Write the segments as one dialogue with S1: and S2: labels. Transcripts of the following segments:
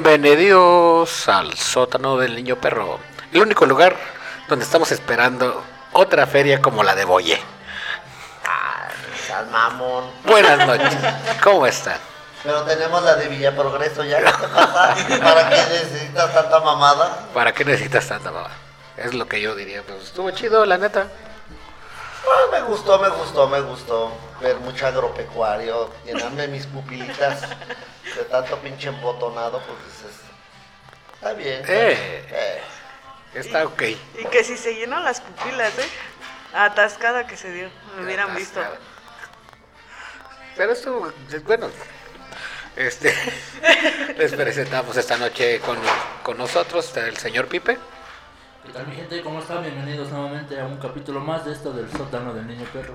S1: Bienvenidos al sótano del niño perro, el único lugar donde estamos esperando otra feria como la de Boye.
S2: Ah, sal mamón.
S1: Buenas noches, ¿cómo están?
S2: Pero tenemos la de Villa Progreso ya. ¿qué te pasa? ¿Para qué necesitas tanta mamada?
S1: ¿Para qué necesitas tanta baba? Es lo que yo diría, pues estuvo chido, la neta.
S2: Ah, me gustó, me gustó, me gustó. Ver mucho agropecuario, llenarme mis pupilitas de tanto pinche embotonado, pues dices. Está bien. está bien.
S1: Eh.
S2: Eh,
S1: Está ok.
S3: Y que si se llenó las pupilas, ¿eh? Atascada que se dio, me hubieran visto.
S1: Pero esto, bueno, este, les presentamos esta noche con, con nosotros el señor Pipe.
S4: ¿Qué tal mi gente? ¿Cómo están? Bienvenidos nuevamente a un capítulo más de esto del sótano del niño perro,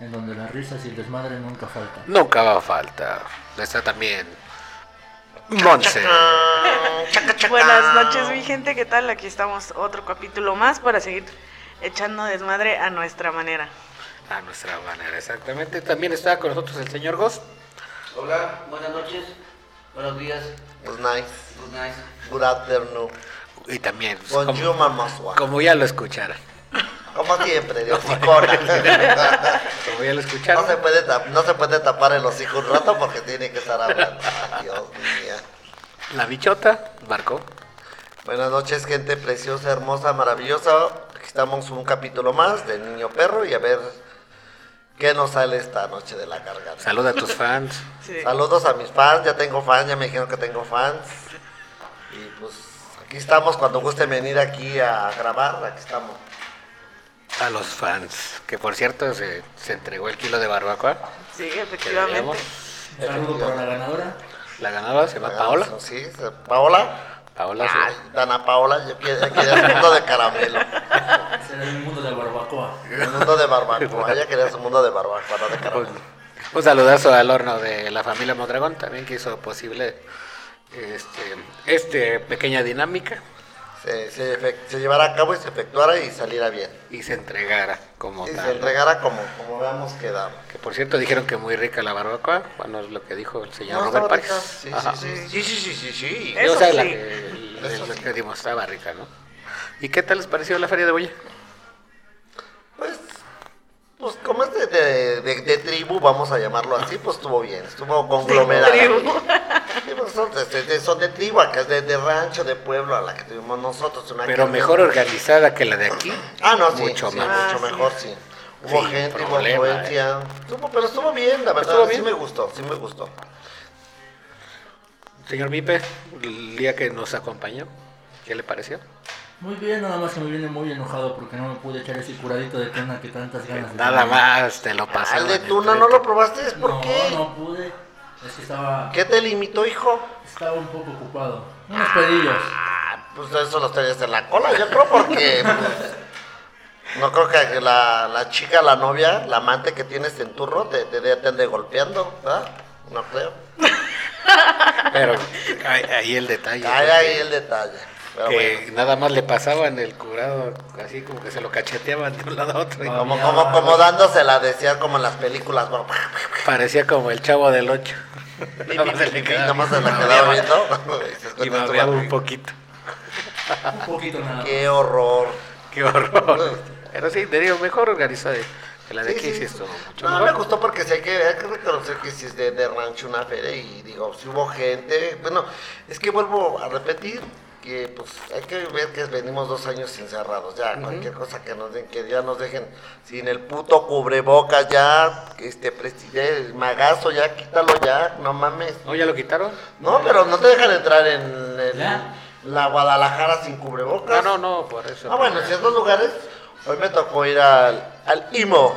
S4: en donde las risas y el desmadre nunca faltan.
S1: Nunca va a falta. Está también Monse.
S3: Buenas noches, mi gente, ¿qué tal? Aquí estamos otro capítulo más para seguir echando desmadre a nuestra manera.
S1: A nuestra manera, exactamente. También está con nosotros el señor Ghost.
S5: Hola, buenas noches, buenos días,
S2: Pues nice.
S5: good night.
S2: Good afternoon.
S1: Y también, pues,
S2: Con you,
S1: como, como ya lo escucharon.
S2: Como siempre, de hocicona.
S1: Como ya lo
S2: No se,
S1: escucharon.
S2: puede tap- no se puede tapar el hocico un rato porque tiene que estar hablando. Ay, Dios mío.
S1: La bichota marcó.
S2: Buenas noches, gente preciosa, hermosa, maravillosa. Aquí estamos un capítulo más de Niño Perro y a ver qué nos sale esta noche de la garganta.
S1: Saluda a tus fans.
S3: Sí.
S2: Saludos a mis fans, ya tengo fans, ya me dijeron que tengo fans. Y pues aquí estamos, cuando gusten venir aquí a grabar, aquí estamos.
S1: A los fans. Que por cierto, se, se entregó el kilo de barbacoa.
S3: Sí,
S1: Que debíamos.
S3: efectivamente.
S4: Un saludo para la ganadora.
S1: La ganaba se va Paola.
S2: Sí, se- Paola.
S1: Paola se-
S2: Ay, Dana Paola, yo quiero, quiero el mundo de caramelo.
S4: Será el mundo de barbacoa.
S2: El mundo de barbacoa, ella quería su mundo de barbacoa, no de caramelo.
S1: Un, un saludazo al horno de la familia Mondragón, también que hizo posible este, este pequeña dinámica
S2: Se, se, efec- se llevara a cabo y se efectuara y saliera bien.
S1: y se entregara como
S2: Y se
S1: tal.
S2: entregara como, como habíamos quedado.
S1: Que por cierto dijeron que muy rica la barbacoa, bueno, es lo que dijo el señor
S2: No,
S1: Robert
S2: estaba
S1: Parks.
S2: rica. Sí,
S1: Ajá.
S2: sí, sí, Eh, sí, sí, sí, sí, sí.
S3: Eso
S1: o sea, la
S3: sí.
S1: que, la-
S2: Eso
S1: la
S2: sí.
S1: que dimos, estaba rica, ¿no? ¿Y qué tal les pareció la feria de Boya?
S2: Pues, pues como es de, de- de- de tribu, vamos a llamarlo así, pues estuvo bien, estuvo conglomerada.
S3: tribu.
S2: Sí, pues, son, de, de- de- son de tribu, acá es de, de rancho, de pueblo, a la que tuvimos nosotros. Una
S1: Pero
S2: que-
S1: mejor organizada que la de aquí.
S2: Ah, no, sí,
S1: mucho
S2: sí,
S1: más.
S2: mucho
S3: Ah, sí.
S2: mejor, sí. Hubo
S1: Sin
S2: gente, hubo
S1: problema, eh.
S2: influencia. Estuvo- pero estuvo bien, la verdad,
S1: Estuvo
S2: sí
S1: bien.
S2: me gustó, sí me gustó.
S1: Señor Mipe, el día que nos acompañó, ¿qué le pareció?
S4: Muy bien, nada más que me viene muy enojado porque no me pude echar ese curadito de tuna que tantas ganas de
S1: Nada
S4: tener.
S1: más te lo pasé.
S2: Al Ah, de Tuna no lo probaste, ¿por
S4: No,
S2: qué?
S4: no pude. Es que estaba,
S2: ¿Qué te limitó, hijo?
S4: estaba un poco ocupado. Unos pedillos.
S2: Ah, pues eso los tenías en la cola, yo creo porque pues, no creo que la, la chica, la novia, la amante que tienes en turno te, te, te ande golpeando, ¿verdad? No creo.
S1: Pero ahí, ahí el detalle.
S2: Ahí,
S1: ¿no?
S2: ahí el detalle. Pero
S1: que
S2: bueno.
S1: nada más le pasaban el curado, así como que se lo cacheteaban de un lado a otro. y
S4: Ah.
S2: Como, como, como dándosela, decía como en las películas, bueno,
S1: parecía como el chavo del 8.
S2: nada más se la quedaba viendo.
S1: Y babeaba un poquito.
S4: Un poquito nada más.
S2: Qué horror.
S1: Qué horror. Pero sí, te digo, mejor organizada que la de
S2: Sí,
S1: aquí
S2: sí.
S1: sí estuvo mucho
S2: No,
S1: mejor.
S2: me gustó porque sí hay que, hay que reconocer que sí es de, de rancho una feria y digo, si hubo gente, bueno, es que vuelvo a repetir que pues hay que ver que venimos dos años encerrados, ya, cualquier cosa que nos den, que ya nos dejen sin el puto cubrebocas ya, que este preside, el magazo ya, quítalo ya, no mames.
S1: ¿No ya lo quitaron?
S2: No, pero no te dejan entrar en, el-
S4: Ya.
S2: la Guadalajara sin
S1: No,
S2: cubrebocas.
S1: no, no, por eso.
S2: Ah, bueno, en ciertos lugares, hoy me tocó ir al, al IMO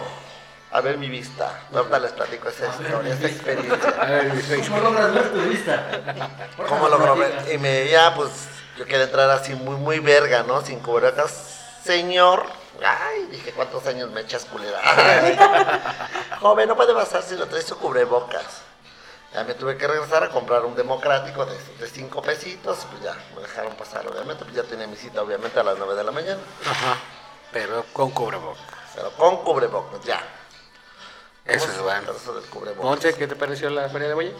S2: a ver mi vista. Ahorita les platico esa historia, esa
S1: A
S2: experiencia.
S1: ver, sí.
S4: ¿Cómo logras ver tu vista?
S2: ¿Cómo logró
S4: Platica.
S2: ver? Y me veía, pues, yo quería entrar así muy, muy verga, ¿no? Sin cubrebocas. Señor, ay, dije, ¿cuántos años me echas culera? Joven, no puede pasar si lo traes su cubrebocas. Ya me tuve que regresar a comprar un democrático de, de cinco pesitos, pues ya, me dejaron pasar, obviamente, pues ya tenía mi cita, obviamente, a las nueve de la mañana.
S1: Ajá. Pero con cubrebocas.
S2: Pero con cubrebocas, ya.
S1: Eso
S2: Vamos
S1: es
S2: a
S1: bueno.
S2: tratar eso del cubrebocas.
S1: Monse, ¿qué te pareció la feria de Boya?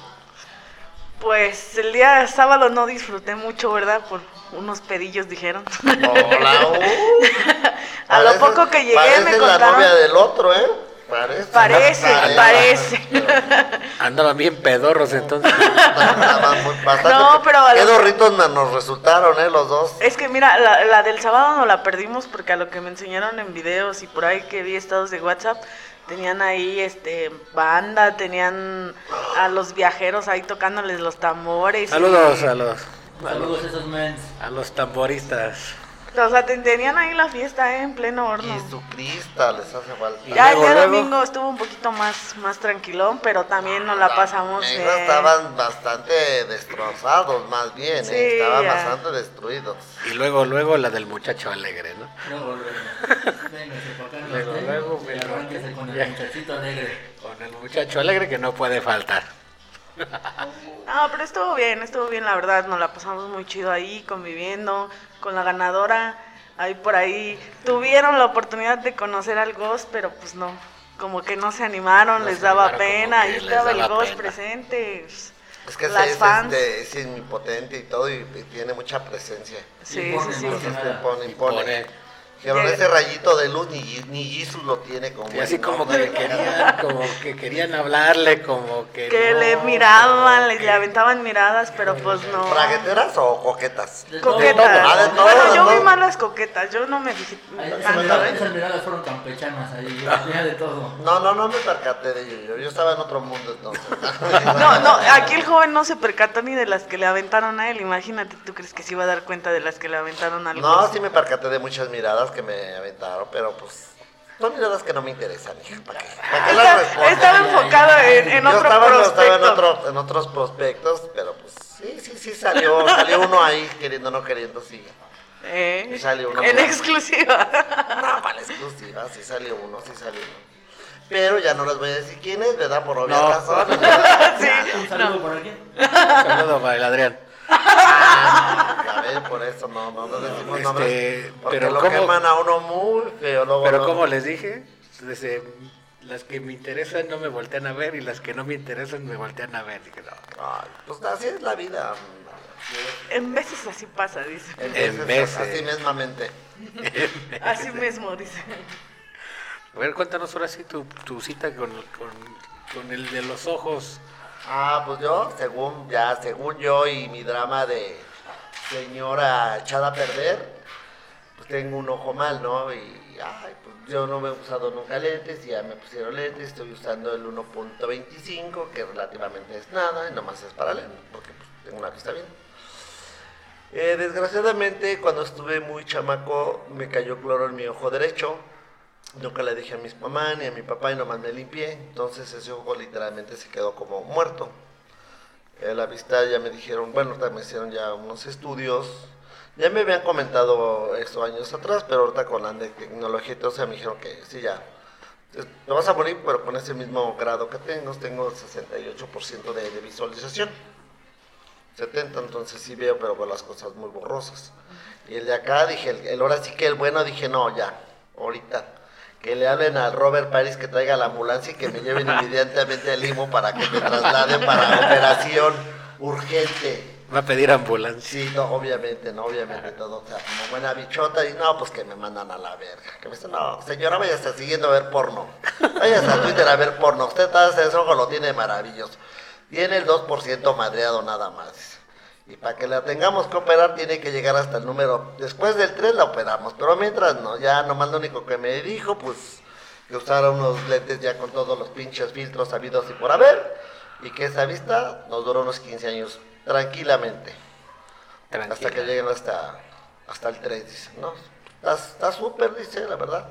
S3: Pues el día sábado no disfruté mucho, ¿verdad? Por unos pedillos dijeron.
S2: Hola, uh.
S3: A
S2: Parece-
S3: lo poco que llegué
S2: parece
S3: me
S2: la novia
S3: contaron.
S2: del otro, ¿eh? Parece.
S3: Parece, parece.
S1: Andaban bien pedorros entonces.
S3: No, pero a
S2: Qué
S3: lo-
S2: dorritos na- nos resultaron, ¿eh? Los dos.
S3: Es que mira, la, la del sábado no la perdimos porque a lo que me enseñaron en videos y por ahí que vi estados de WhatsApp, tenían ahí este banda, tenían a los viajeros ahí tocándoles los tambores.
S1: Saludos a los,
S4: Saludos a esos mens.
S1: a los tamboristas.
S3: O sea, te- tenían ahí la fiesta ¿eh? en pleno horno.
S2: Jesucristo, les hace falta.
S1: Y
S3: Ya el
S1: luego,
S3: día
S1: luego.
S3: domingo estuvo un poquito más, más tranquilón, pero también nos la pasamos
S2: Ellos
S3: bien.
S2: estaban bastante destrozados, más bien, ¿eh?
S3: Sí,
S2: Estaban
S3: ya.
S2: bastante destruidos.
S1: Y luego, luego la del muchacho alegre, ¿no?
S4: Luego, luego. Véngase pa' acá,
S1: Luego,
S4: nos
S1: luego,
S4: ven, y
S1: pero-
S4: arránquese con
S1: Ya.
S4: el muchachito alegre.
S1: Con el muchacho alegre que no puede faltar.
S3: No, pero estuvo bien, estuvo bien, la verdad. Nos la pasamos muy chido ahí, conviviendo con la ganadora. Ahí por ahí tuvieron la oportunidad de conocer al Ghost, pero pues no. Como que no se animaron,
S1: No
S3: les
S1: se
S3: daba
S1: animaron, como
S3: pena.
S1: que
S3: Ahí
S1: les
S3: estaba el
S1: daba
S3: Ghost
S1: pena.
S3: presente. pues,
S2: Es que
S3: Las
S2: ese es,
S3: fans.
S2: este, es inipotente y todo, y, y tiene mucha presencia.
S3: Sí, sí,
S4: Imponen
S3: sí.
S4: más que
S2: Entonces te
S4: nada.
S2: pone,
S1: Y
S2: impone.
S1: pone-
S2: Pero
S3: Llega-
S2: ese rayito de luz ni, Ye- ni Jesus lo tiene como.
S1: Y así
S2: él, ¿no?
S1: como que, querían, como que querían hablarle, como que.
S3: Que
S1: no,
S3: le miraban,
S1: como
S3: le,
S1: que-
S3: le aventaban miradas, pero pues no.
S2: ¿Fragueteras o coquetas?
S4: De todo.
S3: Coquetas.
S2: Ah, de todo,
S3: Bueno,
S2: de
S3: yo
S2: todo.
S3: vi más las coquetas, yo no me fijé
S4: Ahí
S3: tanto,
S4: esas-
S3: ¿eh?
S4: Esas miradas fueron campechanas ahí, yo tenía de todo.
S2: No, no, no me percaté de ello. Yo, yo estaba en otro mundo entonces.
S3: No, no, aquí el joven no se percató ni de las que le aventaron a él. Imagínate, ¿tú crees que se iba a dar cuenta de las que le aventaron al
S2: No,
S3: Gus?
S2: sí me percaté de muchas miradas que me aventaron, pero pues son miradas que no me interesan, hija. ¿Para qué, para qué
S3: Está-
S2: las respondo?
S3: estaba enfocado en, en
S2: Yo
S3: otro
S2: estaba, yo
S3: prospecto.
S2: estaba en, otro- en otros prospectos, pero pues sí, sí, sí salió, salió uno ahí queriendo no queriendo, sí.
S3: Eh,
S2: Y sale uno
S3: en
S2: más.
S3: exclusiva.
S2: No, para la exclusiva, sí salió uno, sí salió uno. Pero ya no les voy a decir quién es, ¿verdad? Por obvias
S1: No.
S2: razones.
S3: sí,
S4: Un saludo por aquí.
S1: Un Saludo para el Adrián.
S2: Ah, A ver, por eso no, no, no decimos
S1: Este,
S2: nombres. Porque
S1: pero
S2: lo
S1: ¿cómo?
S2: queman a uno muy feo. Luego,
S1: Pero
S2: luego.
S1: como les dije, desde las que me interesan no me voltean a ver y las que no me interesan me voltean a ver. Dije, no.
S2: Ay, pues así es la vida.
S3: en veces así pasa, dice.
S1: En
S2: Entonces,
S1: veces.
S2: Así mismamente.
S3: Así mismo, dice.
S1: A ver, cuéntanos ahora sí tu, tu cita con, con, con el de los ojos.
S2: Ah, pues yo, según ya, según yo y mi drama de señora echada a perder, pues tengo un ojo mal, ¿no? Y ay, pues yo no me he usado nunca lentes, y ya me pusieron lentes, estoy usando el 1.25, que relativamente es nada, y nomás es para lentes, porque pues, tengo una vista bien. Eh, desgraciadamente, cuando estuve muy chamaco, me cayó cloro en mi ojo derecho. Nunca le dije a mis mamás ni a mi papá y nomás me limpié. Entonces ese ojo literalmente se quedó como muerto. Eh, la vista ya me dijeron, bueno, ahorita me hicieron ya unos estudios. Ya me habían comentado esto años atrás, pero ahorita con la ne- tecnología y todo, o sea, me dijeron que sí, ya. es- Te vas a morir, pero con ese mismo grado que tengo, tengo 68% de, de visualización. 70, entonces sí veo, pero veo las cosas muy borrosas. Y el de acá, dije, el, el ahora sí que el bueno, dije, no, ya, ahorita. Que le hablen al Robert Paris que traiga la ambulancia y que me lleven inmediatamente al Limo para que me trasladen para operación urgente.
S1: Va a pedir ambulancia.
S2: Sí, no, obviamente, no, obviamente, todo, o sea, como buena bichota, y no, pues que me mandan a la verga. Que me dicen, no, señora, vaya hasta siguiendo a ver porno. Vaya a Twitter a ver porno. Usted todo ese ojo lo tiene maravilloso. Tiene el 2% madreado nada más. Y para que la tengamos que operar, tiene que llegar hasta el número. Después del 3 la operamos, pero mientras no, ya nomás lo único que me dijo, pues que usara unos lentes ya con todos los pinches filtros habidos y por haber. Y que esa vista nos duró unos 15 años tranquilamente. Hasta que
S1: Tranquila.
S2: lleguen hasta, hasta el 3, dice. No, estás estás súper, dice, la verdad.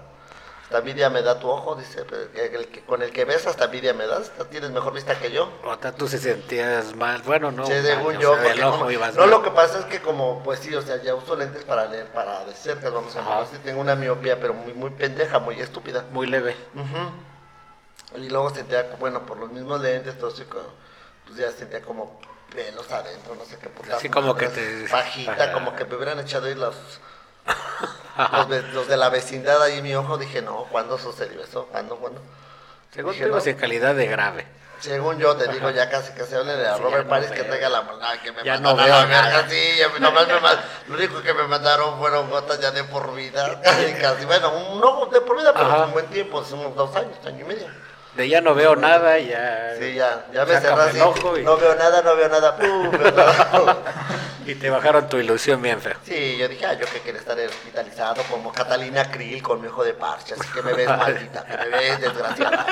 S2: Hasta envidia me da tu ojo, dice. pero que- el que- con el que ves, hasta envidia me das. hasta Tienes mejor vista que yo.
S1: O sea, tú se sentías mal. Bueno, no.
S2: Sí,
S1: mal,
S2: según
S1: o
S2: yo.
S1: sea, del
S2: porque
S1: ojo
S2: como-
S1: ibas
S2: no,
S1: mal.
S2: lo que pasa es que como, pues sí, o sea, ya uso lentes para leer, para de cerca, vamos a
S1: Ajá.
S2: ver. Sí, tengo una miopía, pero muy, muy pendeja, muy estúpida.
S1: Muy leve.
S2: Ujú. Y luego sentía, bueno, por los mismos lentes, todo eso, y co- pues ya sentía como pelos adentro, no sé qué putas
S1: Así como que
S2: madres,
S1: te-
S2: Pajita,
S1: Ajá.
S2: como que me hubieran echado ahí los, los, ve- los de la vecindad ahí en mi ojo. Dije, no, ¿cuándo sucedió eso? ¿Cuándo, cuándo?
S1: Según
S2: Dije,
S1: tú
S2: no.
S1: ibas en calidad de grave.
S2: Según yo, te digo, ya casi que se hable de a
S1: Sí, ya
S2: Robert
S1: no
S2: Paris que
S1: veo.
S2: tenga la maldad, que me
S1: Ya
S2: mandan
S1: no
S2: a la
S1: veo nada.
S2: verga, sí, a mí nomás me man- lo único que me mandaron fueron gotas ya de por vida, casi, casi, bueno, un- no de por vida, pero
S1: Ajá.
S2: un buen tiempo, es unos dos años, año y medio.
S1: De ya no veo nada, ya.
S2: Sí, ya, ya me
S1: sácame
S2: cerré así,
S1: el ojo y-
S2: no veo nada, no veo nada, pum, veo nada.
S1: Y te bajaron tu ilusión bien feo.
S2: Sí, yo dije, ah, yo que quería estar hospitalizado como Catalina Krill con mi ojo de parche, así que me ves maldita, que me ves desgraciada.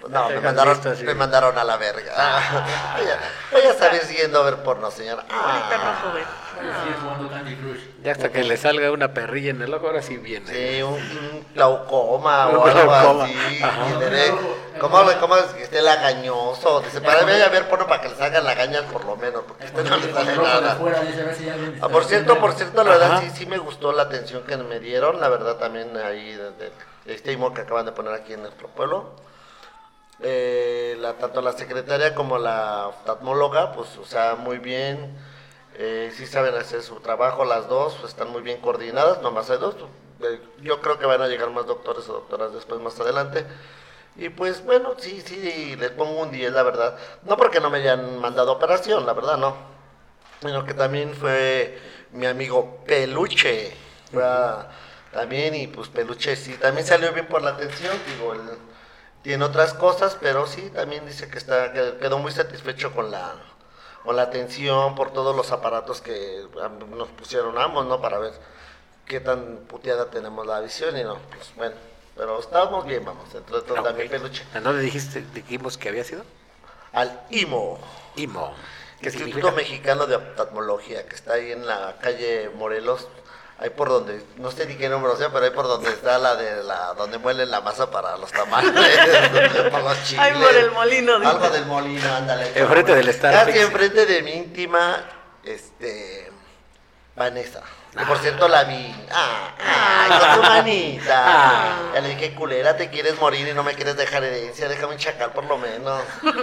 S2: Pues No,
S1: Te
S2: me
S1: dejas
S2: mandaron,
S1: listo así.
S2: me mandaron a la verga.
S1: Ah,
S2: Ella voy a salir siguiendo a ver porno, señora.
S3: Ahorita no,
S2: Ah,
S3: joven.
S4: Sigue jugando Candy Crush.
S1: Ya hasta que le salga una perrilla en el ojo, ahora sí viene.
S2: Ah, sí, un, un glaucoma o
S1: Un
S2: algo
S1: glaucoma.
S2: así.
S1: Ajá.
S2: que le dé- ¿Cómo, cómo es que esté lagañoso? Dice, para mí a ver porno para que le salgan lagañas por lo menos, porque a usted no le
S4: Con
S2: sale
S4: el ojo de
S2: nada.
S4: fuera, dice, a ver si alguien
S2: Ah,
S4: está
S2: por cierto,
S4: viendo.
S2: por cierto, la verdad
S1: Ajá.
S2: sí, sí me gustó la atención que me dieron, la verdad también ahí desde este imo que acaban de poner aquí en nuestro pueblo. Eh, la, tanto la secretaria como la oftalmóloga, pues, o sea, muy bien, eh, sí saben hacer su trabajo las dos, pues, están muy bien coordinadas, nomás hay dos. eh, yo creo que van a llegar más doctores o doctoras después, más adelante. Y pues bueno, sí, sí, les pongo un 10, la verdad. No porque no me hayan mandado operación, la verdad, no. Bueno, que también fue mi amigo Peluche. fue a- También, y pues Peluche sí, también salió bien por la atención, digo, él tiene otras cosas, pero sí, también dice que está que quedó muy satisfecho con la con la atención, por todos los aparatos que am- nos pusieron ambos, ¿no? Para ver qué tan puteada tenemos la visión y no, pues bueno, pero estábamos bien, vamos, entre todos
S1: Ah, Ok.
S2: también Peluche.
S1: ¿A dónde dijiste, dijimos que había sido?
S2: Al IMO.
S1: IMO. ¿Qué significa?
S2: Instituto Mexicano de Oftalmología, que está ahí en la calle Morelos, ahí por donde, no sé ni qué número sea, pero ahí por donde está la de la, donde muelen la masa para los tamales, para los chiles.
S3: Ay, por el molino, dice.
S2: Algo del molino, ándale.
S1: Enfrente del Starbucks.
S2: Casi enfrente de mi íntima, este, Vanessa. Que por cierto la vi. Ah, ah, con tu manita.
S1: Ah.
S2: Ya le dije, culera, te quieres morir y no me quieres dejar herencia, déjame un chacal por lo menos.
S3: Nos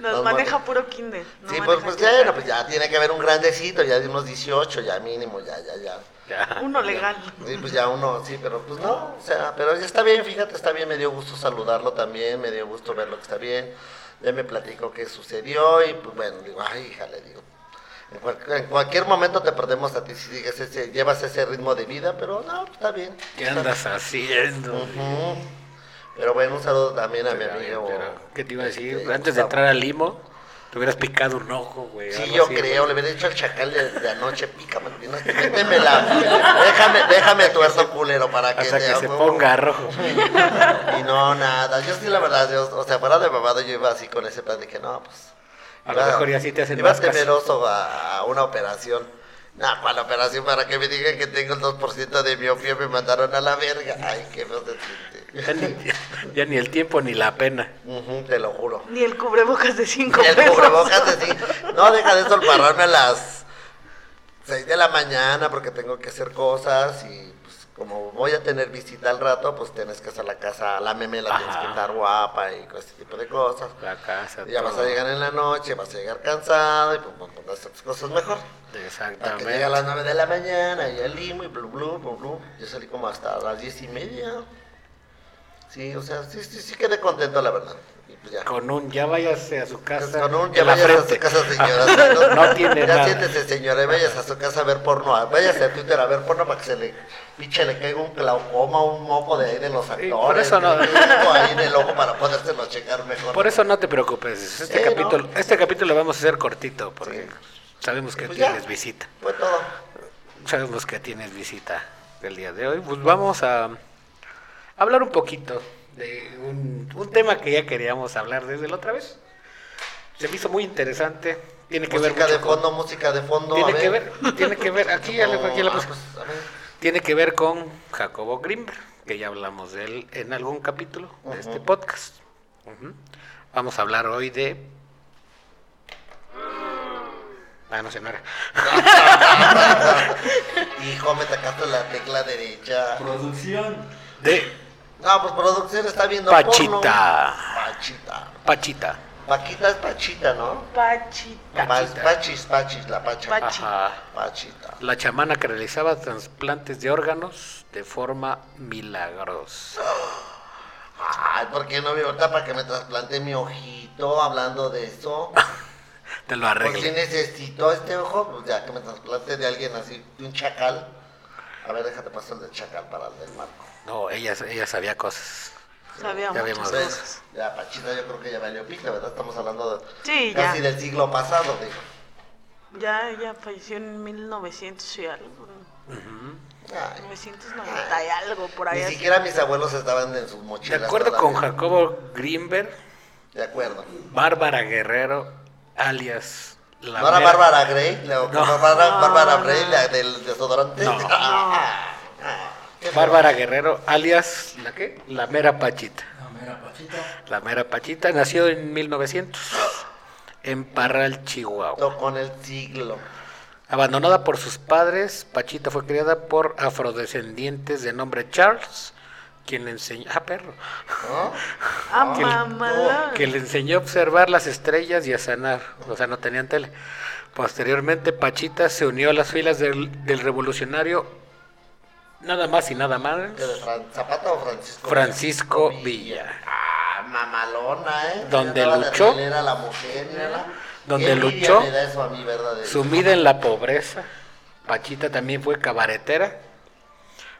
S2: Nos
S3: maneja
S2: maneja.
S3: puro kinder. no
S2: Sí, pues,
S3: maneja
S2: pues
S3: kinder.
S2: bueno, pues ya tiene que haber un grandecito, ya de unos 18, ya mínimo, ya, ya, ya.
S1: Ya.
S3: Uno legal.
S2: Sí, pues ya uno, sí, pero pues no, o sea, pero ya está bien, fíjate, está bien, me dio gusto saludarlo también, me dio gusto verlo que está bien, ya me platicó qué sucedió y pues bueno, digo, ay, hija, le digo, en, cual- en cualquier momento te perdemos a ti si sigues ese, llevas ese ritmo de vida, pero no, pues, está bien.
S1: ¿Qué andas haciendo?
S2: Ujú. Pero bueno, un saludo también a mi
S1: Pero,
S2: amigo.
S1: pero, ¿Qué te iba a decir?
S2: este,
S1: Antes de
S2: Gustavo.
S1: entrar al IMO, te hubieras picado un ojo, güey.
S2: Sí,
S1: algo
S2: yo
S1: así,
S2: creo,
S1: güey.
S2: le hubiera dicho al chacal de, de anoche, pícame, no, métemela, déjame, déjame tuerzo culero para que
S1: Hasta
S2: te
S1: que se
S2: hago-
S1: ponga rojo.
S2: Y no, nada, yo sí la verdad, yo, o sea, fuera de mamado yo iba así con ese plan de que no, pues.
S1: A lo mejor y así te hacen
S2: Iba
S1: más caso.
S2: temeroso a, a una operación. No, ¿cuál operación? Para que me digan que tengo el 2% de miopía, me mandaron a la verga. Ay, qué feo se
S1: Ya
S2: siente.
S1: ni, ya ni el tiempo ni la pena.
S2: Ujú, te lo juro.
S3: Ni el cubrebocas de 5
S2: Y
S3: pesos.
S2: el cubrebocas así. No, deja de eso el pararme a las 6 de la mañana porque tengo que hacer cosas y pues como voy a tener visita al rato, pues tienes que hacer la casa, la meme la tienes
S1: Ajá.
S2: que estar guapa y con ese tipo de cosas.
S1: La casa.
S2: Ya vas a
S1: todo.
S2: llegar en la noche, vas a llegar cansado y pues pues, pues, hacer tus cosas mejor. Para que llegue
S1: Exactamente.
S2: a las 9 de la mañana y al limo y blu, blu, blu, blu. Yo salí como hasta las 10 y media. Sí, o sea, sí, sí, sí quedé contento, la verdad. Y pues ya.
S1: Con un ya váyase a su casa.
S2: Con un
S1: en
S2: ya
S1: la
S2: vayas a
S1: frente.
S2: su casa, señora. o sea,
S1: No tiene
S2: ya
S1: nada.
S2: siéntese, señora, y vayas a su casa a ver porno. a- Váyase a Twitter a ver porno para que se le pinche le caiga un glaucoma, un moco de ahí de los actores.
S1: por eso no.
S2: Un moco ahí de loco para podérselo checar mejor.
S1: Por eso no te preocupes. Este,
S2: Sí, ¿no?
S1: capítulo, este capítulo lo vamos a hacer cortito porque
S2: Sí.
S1: sabemos que
S2: Pues ya.
S1: tienes visita.
S2: Fue todo.
S1: Sabemos que tienes visita el día de hoy. Pues vamos a hablar un poquito de un, un tema que ya queríamos hablar desde la otra vez. Se me hizo muy interesante. Tiene que ver
S2: música de
S1: mucho con-
S2: fondo, música de fondo. a
S1: tiene que ver, tiene que ver. Aquí, ya le- aquí la
S2: No,
S1: puse.
S2: pues, a ver.
S1: Tiene que ver con Jacobo Grimberg, que ya hablamos de él en algún capítulo de este
S2: Ujú.
S1: podcast. Ujú. Vamos a hablar hoy de. Ah, no sé, no era.
S2: Hijo, me tacaste la tecla derecha.
S4: Producción.
S1: De
S2: No, pues producción está viendo porno.
S1: Pachita.
S2: Pachita.
S1: Pachita.
S2: Paquita es Pachita, ¿no?
S3: Pachita.
S2: Pachis, Pachis, Pachis, la Pacha.
S3: Pachi.
S1: Ajá.
S2: Pachita.
S1: La chamana que realizaba trasplantes de órganos de forma milagrosa.
S2: Ay, ¿por qué no me ahorita para que me trasplante mi ojito? necesitó hablando de eso.
S1: Te lo
S2: Pues si
S1: arreglo.
S2: necesitó este ojo, pues ya que me trasplante de alguien así, de un chacal. A ver, déjate pasar del chacal para el del marco.
S1: No, ella, ella sabía cosas.
S3: Sabía
S1: Ya
S3: muchas
S1: vimos.
S3: cosas.
S2: Entonces, la Pachita yo creo que ya valió pica, ¿verdad? Estamos hablando de
S3: Sí, ya.
S2: casi del siglo pasado, digo.
S3: Ya ella falleció en 1900 y algo.
S2: Ay,
S3: 990 y algo, por ahí.
S2: ni
S3: así.
S2: siquiera mis abuelos estaban en sus
S1: De
S2: mochilas.
S1: acuerdo con
S2: todavía.
S1: Jacobo Greenberg,
S2: De acuerdo.
S1: Bárbara Guerrero, alias la
S2: ¿No era
S1: mera-
S2: Bárbara Grey? La,
S1: No.
S2: Bárbara,
S3: No,
S2: Bárbara
S3: no.
S2: Grey, la del desodorante?
S1: No.
S2: Ah, ah, qué
S1: Bárbara Guerrero, alias la qué? La mera Pachita.
S4: La mera pachita.
S1: La mera Pachita nació en 1900 en Parral, Chihuahua.
S2: feo. Con el siglo.
S1: Abandonada por sus padres, Pachita fue criada por afrodescendientes de nombre Charles, quien le enseñó, ah, perro,
S2: ¿no?
S3: Ah,
S1: que le-
S3: mamala.
S1: que le enseñó a observar las estrellas y a sanar, o sea, no tenían tele. Posteriormente, Pachita se unió a las filas del, del revolucionario, nada más y nada más,
S2: ¿Que de Fran- ¿Zapata o Francisco?
S1: Francisco Villa.
S2: Ah, mamalona, ¿eh?
S1: Donde
S2: Andaba de
S1: luchó.
S2: relera la mujer, mírala.
S1: Donde
S2: Qué envidia
S1: luchó.
S2: me da eso a mí, verdad, de-
S1: Sumida en la pobreza, Pachita también fue cabaretera,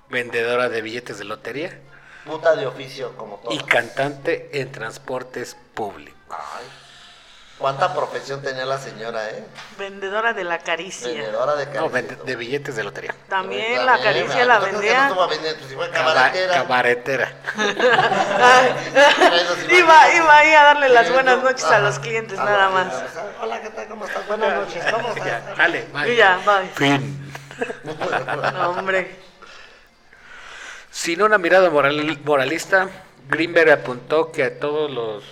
S1: vendedora de billetes de lotería
S2: Puta de oficio, como todo.
S1: y cantante en transportes públicos.
S2: ¿Cuánta profesión tenía la señora, eh?
S3: Vendedora de la caricia.
S2: Vendedora de
S1: No,
S2: caricias.
S1: vende- de billetes de lotería.
S3: También la caricia la
S2: Entonces, ¿qué no
S3: vendía.
S2: estuvo a vender? Pues, si fue
S1: Caba-
S2: cabaretera.
S1: cabaretera.
S3: Ah, Iba, iba ahí a darle las buenas noches a
S2: Ah,
S3: los clientes, nada más.
S2: Hola, ¿qué tal? ¿Cómo estás? Buenas noches. ¿Cómo
S1: Ya,
S2: estás?
S1: dale, bye.
S3: Y ya, bye.
S1: Fin.
S3: No, hombre.
S1: Sin una mirada moral- moralista, Greenberg apuntó que a todos los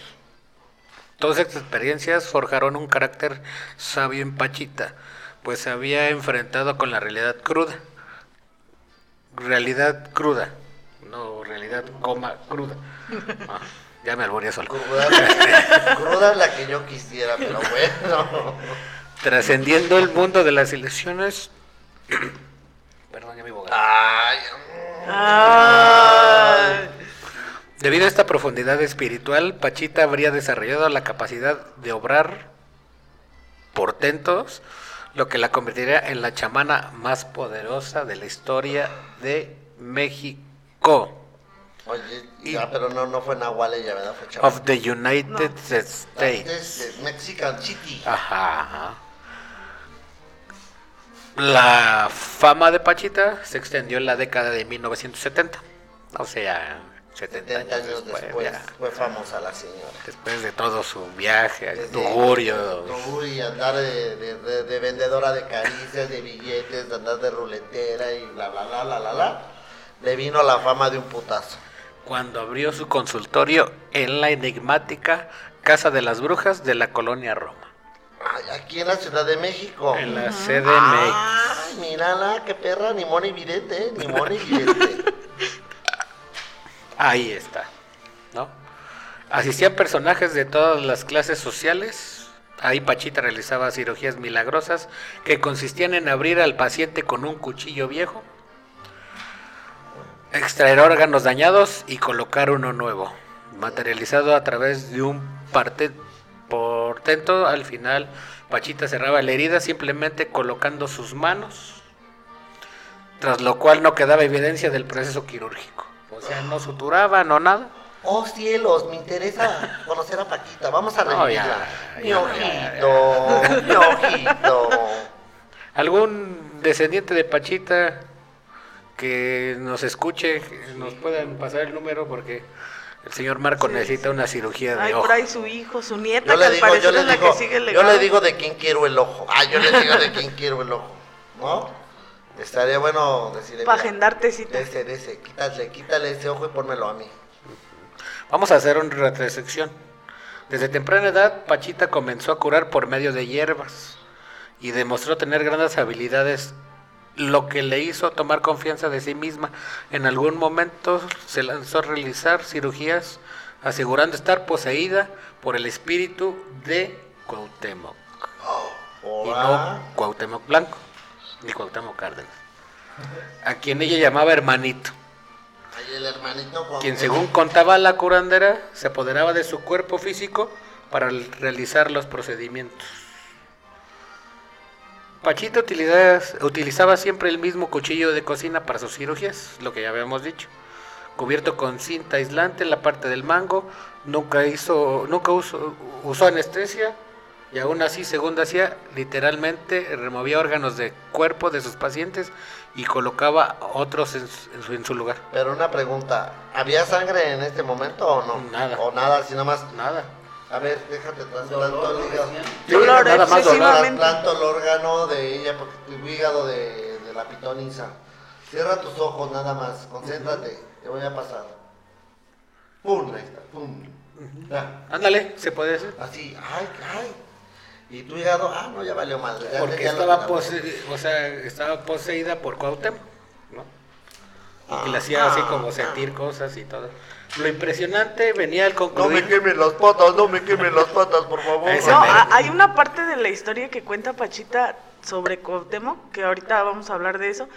S1: todas estas experiencias forjaron un carácter sabio en Pachita, pues se había enfrentado con la realidad cruda. Realidad cruda, no realidad coma cruda. Ah, ya me alboreé solo.
S2: Cruda, la- cruda es la que yo quisiera, pero bueno.
S1: Trascendiendo el mundo de las ilusiones. Perdón, ya me bogaba.
S2: Ay, mm.
S3: Ay.
S1: Debido a esta profundidad espiritual, Pachita habría desarrollado la capacidad de obrar portentos, lo que la convertiría en la chamana más poderosa de la historia de México.
S2: oye, ya, pero no, no fue Nahual ella, ¿verdad? Fue chaval.
S1: Of the United States.
S2: Antes de Mexican City.
S1: Ah, Ajá, ajá. La fama de Pachita se extendió en la década de 1970. O sea, 70,
S2: 70 años
S1: después.
S2: después
S1: ya.
S2: fue famosa la señora.
S1: Después de todo su viaje, el
S2: Desde-
S1: tugurio,
S2: Uy, andar de, de- de- de vendedora de caricias, de billetes, de andar de ruletera y bla, bla, bla, bla, bla, bla. Le vino la fama de un putazo.
S1: cuando abrió su consultorio en la enigmática Casa de las Brujas de la colonia Roma,
S2: Ay, aquí en la Ciudad de México.
S1: en la CDMX.
S2: Ah, Ay, mírala, qué perra, ni mona y vidente, eh, ni mona y vidente.
S1: Ahí está, ¿no? Asistían personajes de todas las clases sociales. Ahí Pachita realizaba cirugías milagrosas que consistían en abrir al paciente con un cuchillo viejo, extraer órganos dañados y colocar uno nuevo, materializado a través de un parte portento. Al final, Pachita cerraba la herida simplemente colocando sus manos tras lo cual no quedaba evidencia del proceso quirúrgico. O sea, no suturaba, no nada.
S2: Oh cielos, me interesa conocer a Paquita. Vamos a
S1: No,
S2: revivirla.
S1: ya,
S2: Mi
S1: ya,
S2: ojito, mi ojito.
S1: ¿Algún descendiente de Pachita que nos escuche, que nos puedan pasar el número? Porque el señor Marco necesita una cirugía de
S3: Ay,
S1: ojo.
S3: por ahí su hijo, su nieta,
S2: Yo
S3: que
S2: le
S3: al
S2: digo, yo
S3: parecer
S2: le
S3: es la
S2: digo,
S3: que sigue el
S2: yo
S3: legado.
S2: le digo de quién quiero el ojo. Ah, yo le digo de quién quiero el ojo, ¿no? Estaría bueno decirle.
S3: Para
S2: mira,
S3: agendarte cita.
S2: Ese, ese, quítale, quítale ese ojo y pónmelo a mí.
S1: Vamos a hacer una retrosección. Desde temprana edad, Pachita comenzó a curar por medio de hierbas y demostró tener grandes habilidades, lo que le hizo tomar confianza de sí misma. En algún momento se lanzó a realizar cirugías, asegurando estar poseída por el espíritu de Cuauhtémoc. Y
S2: Hola.
S1: no Cuauhtémoc Blanco, ni Cuauhtémoc Cárdenas, a quien ella llamaba hermanito
S2: Ay, el hermanito con-
S1: quien según contaba la curandera se apoderaba de su cuerpo físico para l- realizar los procedimientos. Pachito utilizaba, utilizaba siempre el mismo cuchillo de cocina para sus cirugías, lo que ya habíamos dicho. Cubierto con cinta aislante en la parte del mango, nunca hizo, nunca usó, usó anestesia y aún así, según hacía, literalmente removía órganos de cuerpo de sus pacientes y colocaba otros en su- en su- en su lugar.
S2: Pero una pregunta, ¿había sangre en este momento o no?
S1: Nada.
S2: O nada, así nomás.
S1: Nada.
S2: A ver, déjate trasplantó el
S5: Dolor, ¿no
S2: hígado.
S5: decían?
S1: Yo creo que nada más dolor.
S3: Excesivamente.
S2: Trasplantó el órgano de ella, porque tu hígado de, de la pitonisa. Cierra tus ojos nada más, concéntrate, te voy a pasar. Pum, ahí está, pum. Ya,
S1: Ándale, se puede decir.
S2: así, ay, ay. Y tu hígado, ah, no, ya valió madre. ya-
S1: Porque
S2: ya lo
S1: estaba,
S2: mandamos.
S1: pose- o sea, estaba poseída por Cuauhtémoc, ¿no? Y le
S2: Ah,
S1: hacía así
S2: ah,
S1: como sentir cosas y todo. Lo impresionante venía al
S2: No me
S1: concluir...
S2: quemen las patas, no me quemen las patas, por favor.
S1: Ese
S3: No,
S1: mero.
S3: a- hay una parte de la historia que cuenta Pachita sobre Cuauhtémoc, que ahorita vamos a hablar de eso,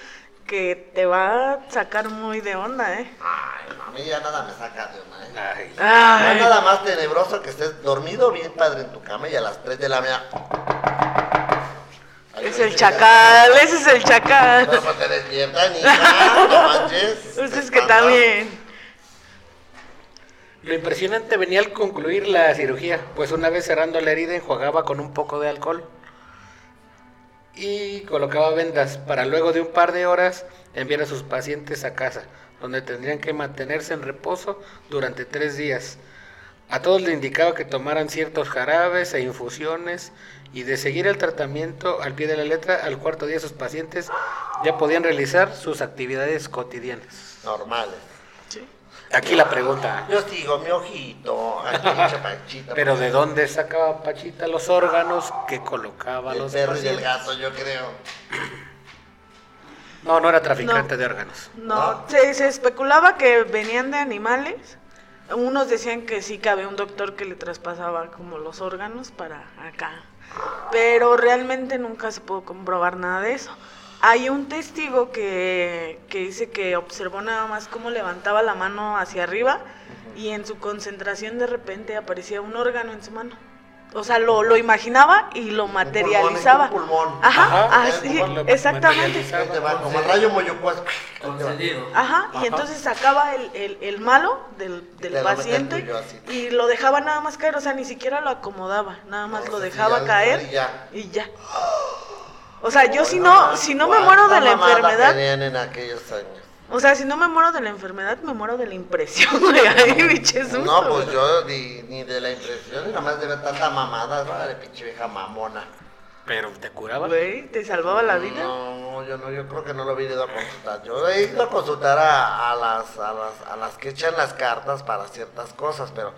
S3: que te va a sacar muy de onda, ¿eh?
S2: Ay,
S1: ah.
S2: a mí ya nada me saca de una, ¿eh?
S1: Ay,
S2: No hay
S3: Ay,
S2: nada más tenebroso que estés dormido bien padre en tu cama y a las 3 de la mañana. Ay,
S3: es
S2: yo
S3: el
S2: dije,
S3: chacal, ese es el
S2: No,
S3: chacal.
S2: pues te despiertan y ya, no manches. te
S3: Ustedes Pues que
S2: espantan.
S3: también.
S1: Lo impresionante venía al concluir la cirugía, pues una vez cerrando la herida enjuagaba con un poco de alcohol y colocaba vendas para luego de un par de horas enviar a sus pacientes a casa, donde tendrían que mantenerse en reposo durante tres días. A todos le indicaba que tomaran ciertos jarabes e infusiones y de seguir el tratamiento al pie de la letra, al cuarto día sus pacientes ya podían realizar sus actividades cotidianas.
S2: Normales.
S1: Aquí la pregunta.
S2: Yo sigo mi ojito, aquí chapachita.
S1: Pero ¿de dónde sacaba Pachita los órganos que colocaba
S2: El
S1: los
S2: perro y el
S1: pacientes?
S2: gato, yo creo.
S1: No, no era traficante
S3: No.
S1: de órganos.
S2: Ah.
S3: No, se, se especulaba que venían de animales. Unos decían que sí que había un doctor que le traspasaba como los órganos para acá. Pero realmente nunca se pudo comprobar nada de eso. Hay un testigo que, que dice que observó nada más cómo levantaba la mano hacia arriba y en su concentración de repente aparecía un órgano en su mano. O sea, lo, lo imaginaba y lo materializaba.
S2: Un pulmón. un pulmón.
S3: Ajá,
S1: Ajá,
S3: así,
S1: lo
S3: exactamente.
S1: materializaba.
S2: Ahí te va, como el rayo moyocuas.
S4: Concedido.
S2: Ah.
S3: Ajá,
S1: Ajá.
S3: y entonces sacaba el, el, el malo del, del
S2: Te lo metía el
S3: paciente
S2: tuyo así.
S3: y lo dejaba nada más caer, o sea, ni siquiera lo acomodaba, nada más
S2: No,
S3: lo
S2: sí,
S3: dejaba
S2: ya,
S3: caer
S2: y ya.
S3: y ya. O sea, yo si no, si no me muero de la
S2: ¿Cuánta mamada
S3: enfermedad,
S2: tenían en aquellos años?
S3: o sea, si no me muero de la enfermedad, me muero de la impresión, güey, ay, biche susto,
S2: No, pues
S3: güey.
S2: yo ni, ni de la impresión, nada más de ver tanta mamada, vale, pinche vieja mamona.
S1: Pero te curaba.
S3: Güey, te salvaba la vida.
S2: No, yo no, yo creo que no lo hubiera ido a consultar. Yo he ido a consultar a, a las, a, las, a las que echan las cartas para ciertas cosas, pero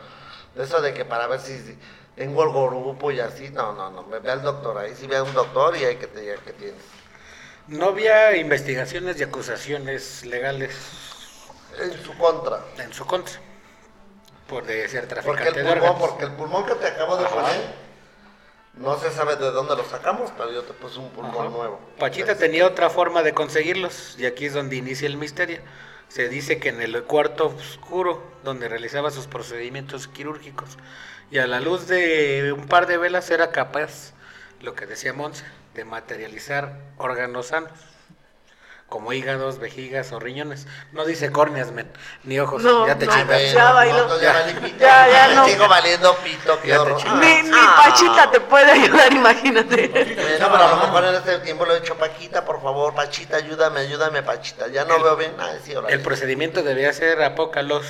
S2: eso de que para ver si si tengo el grupo y así, no, no, no, ve ve al doctor, ahí sí ve a un doctor y hay que te diga que tienes.
S1: No había investigaciones y acusaciones legales
S2: En su contra.
S1: en su contra por de ser traficante
S2: Porque el
S1: de
S2: pulmón,
S1: órganos.
S2: porque el pulmón que te acabo de
S1: Ajá.
S2: poner, no se sabe de dónde lo sacamos, pero yo te puse un pulmón
S1: Ajá.
S2: nuevo.
S1: Pachita tenía otra forma de conseguirlos y aquí es donde inicia el misterio. Se dice que en el cuarto oscuro donde realizaba sus procedimientos quirúrgicos y a la luz de un par de velas era capaz, lo que decía Monza, de materializar órganos sanos, como hígados, vejigas o riñones. No dice córneas, men, ni ojos,
S3: No,
S1: ya te
S3: no,
S2: Ay,
S1: chingas.
S2: bueno,
S3: Ya bailó.
S2: no, pues ya,
S1: Ya.
S2: valí pito.
S3: Ya, ya
S2: Ay,
S3: no.
S2: Sigo valiendo pito, qué
S1: Ya te
S2: horror.
S1: chingas.
S3: Ni, ni
S2: Ah.
S3: Pachita te puede ayudar, imagínate.
S2: Bueno, pero a lo mejor en este tiempo lo he dicho, Paquita, por favor, Pachita, ayúdame, ayúdame, Pachita. Ya no
S1: El-
S2: veo bien. Ah, sí, ahora
S1: El
S2: sí.
S1: procedimiento debía ser a poca luz.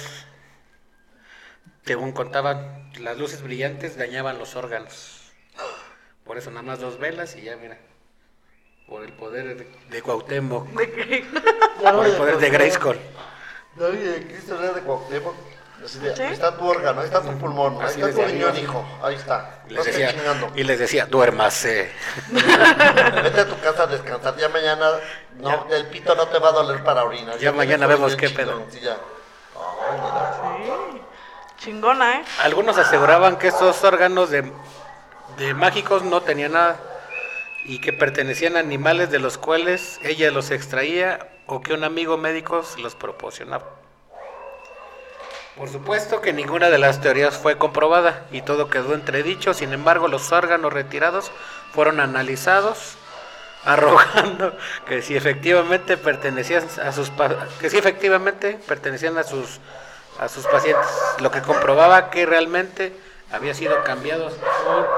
S1: Según contaban, las luces brillantes dañaban los órganos. Por eso nada más dos velas y ya mira. Por el poder de Cuauhtémoc,
S3: De que-
S1: por el poder de Grayskull.
S2: No, y de Cristo era de Cuauhtémoc. Así de,
S3: ¿Sí?
S2: Ahí está tu órgano, ahí está tu pulmón, ahí
S1: Mm. Así
S2: está
S1: les
S2: tu
S1: decía.
S2: riñón, hijo. Ahí está.
S1: Y
S2: No
S1: les
S2: estoy
S1: decía,
S2: chingando.
S1: y les decía, duérmase.
S2: Vete a tu casa a descansar. Ya mañana, no, el pito no te va a doler para orinar.
S1: Ya mañana
S2: tienes
S1: vemos
S2: un
S1: qué
S2: chingón,
S1: pedo.
S2: sí, ya. Ay, mira.
S3: Sí. Chingona, ¿eh?
S1: Algunos aseguraban que estos órganos de, de mágicos no tenían nada y que pertenecían a animales de los cuales ella los extraía o que un amigo médico se los proporcionaba. Por supuesto que ninguna de las teorías fue comprobada y todo quedó entredicho. Sin embargo, los órganos retirados fueron analizados, arrojando que si efectivamente pertenecían a sus pa- que si efectivamente pertenecían a sus a sus pacientes, lo que comprobaba que realmente había sido cambiados por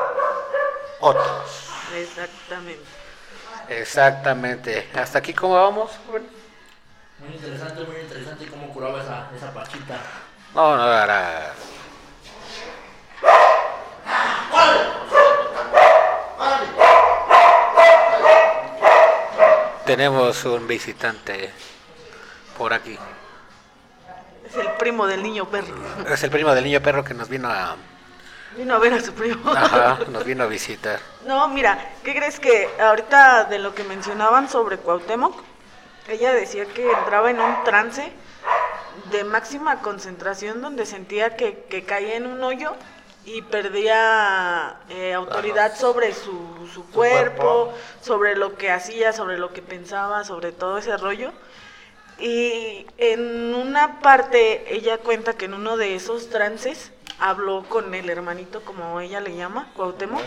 S2: Otros.
S3: Exactamente.
S1: exactamente. Hasta aquí cómo vamos. Rubén?
S4: Muy interesante, muy interesante cómo curaba esa, esa pachita.
S1: No, no, ahora Tenemos un visitante por aquí.
S3: Es el primo del niño perro.
S1: Es el primo del niño perro que nos vino a,
S3: Vino a ver a su primo.
S1: ajá, nos vino a visitar.
S3: No, mira, ¿qué crees que ahorita de lo que mencionaban sobre Cuauhtémoc? Ella decía que entraba en un trance de máxima concentración donde sentía que, que caía en un hoyo y perdía eh, autoridad sobre su, su cuerpo,
S2: cuerpo.
S3: sobre lo que hacía, sobre lo que pensaba, sobre todo ese rollo. Y en una parte ella cuenta que en uno de esos trances habló con el hermanito, como ella le llama, Cuauhtémoc,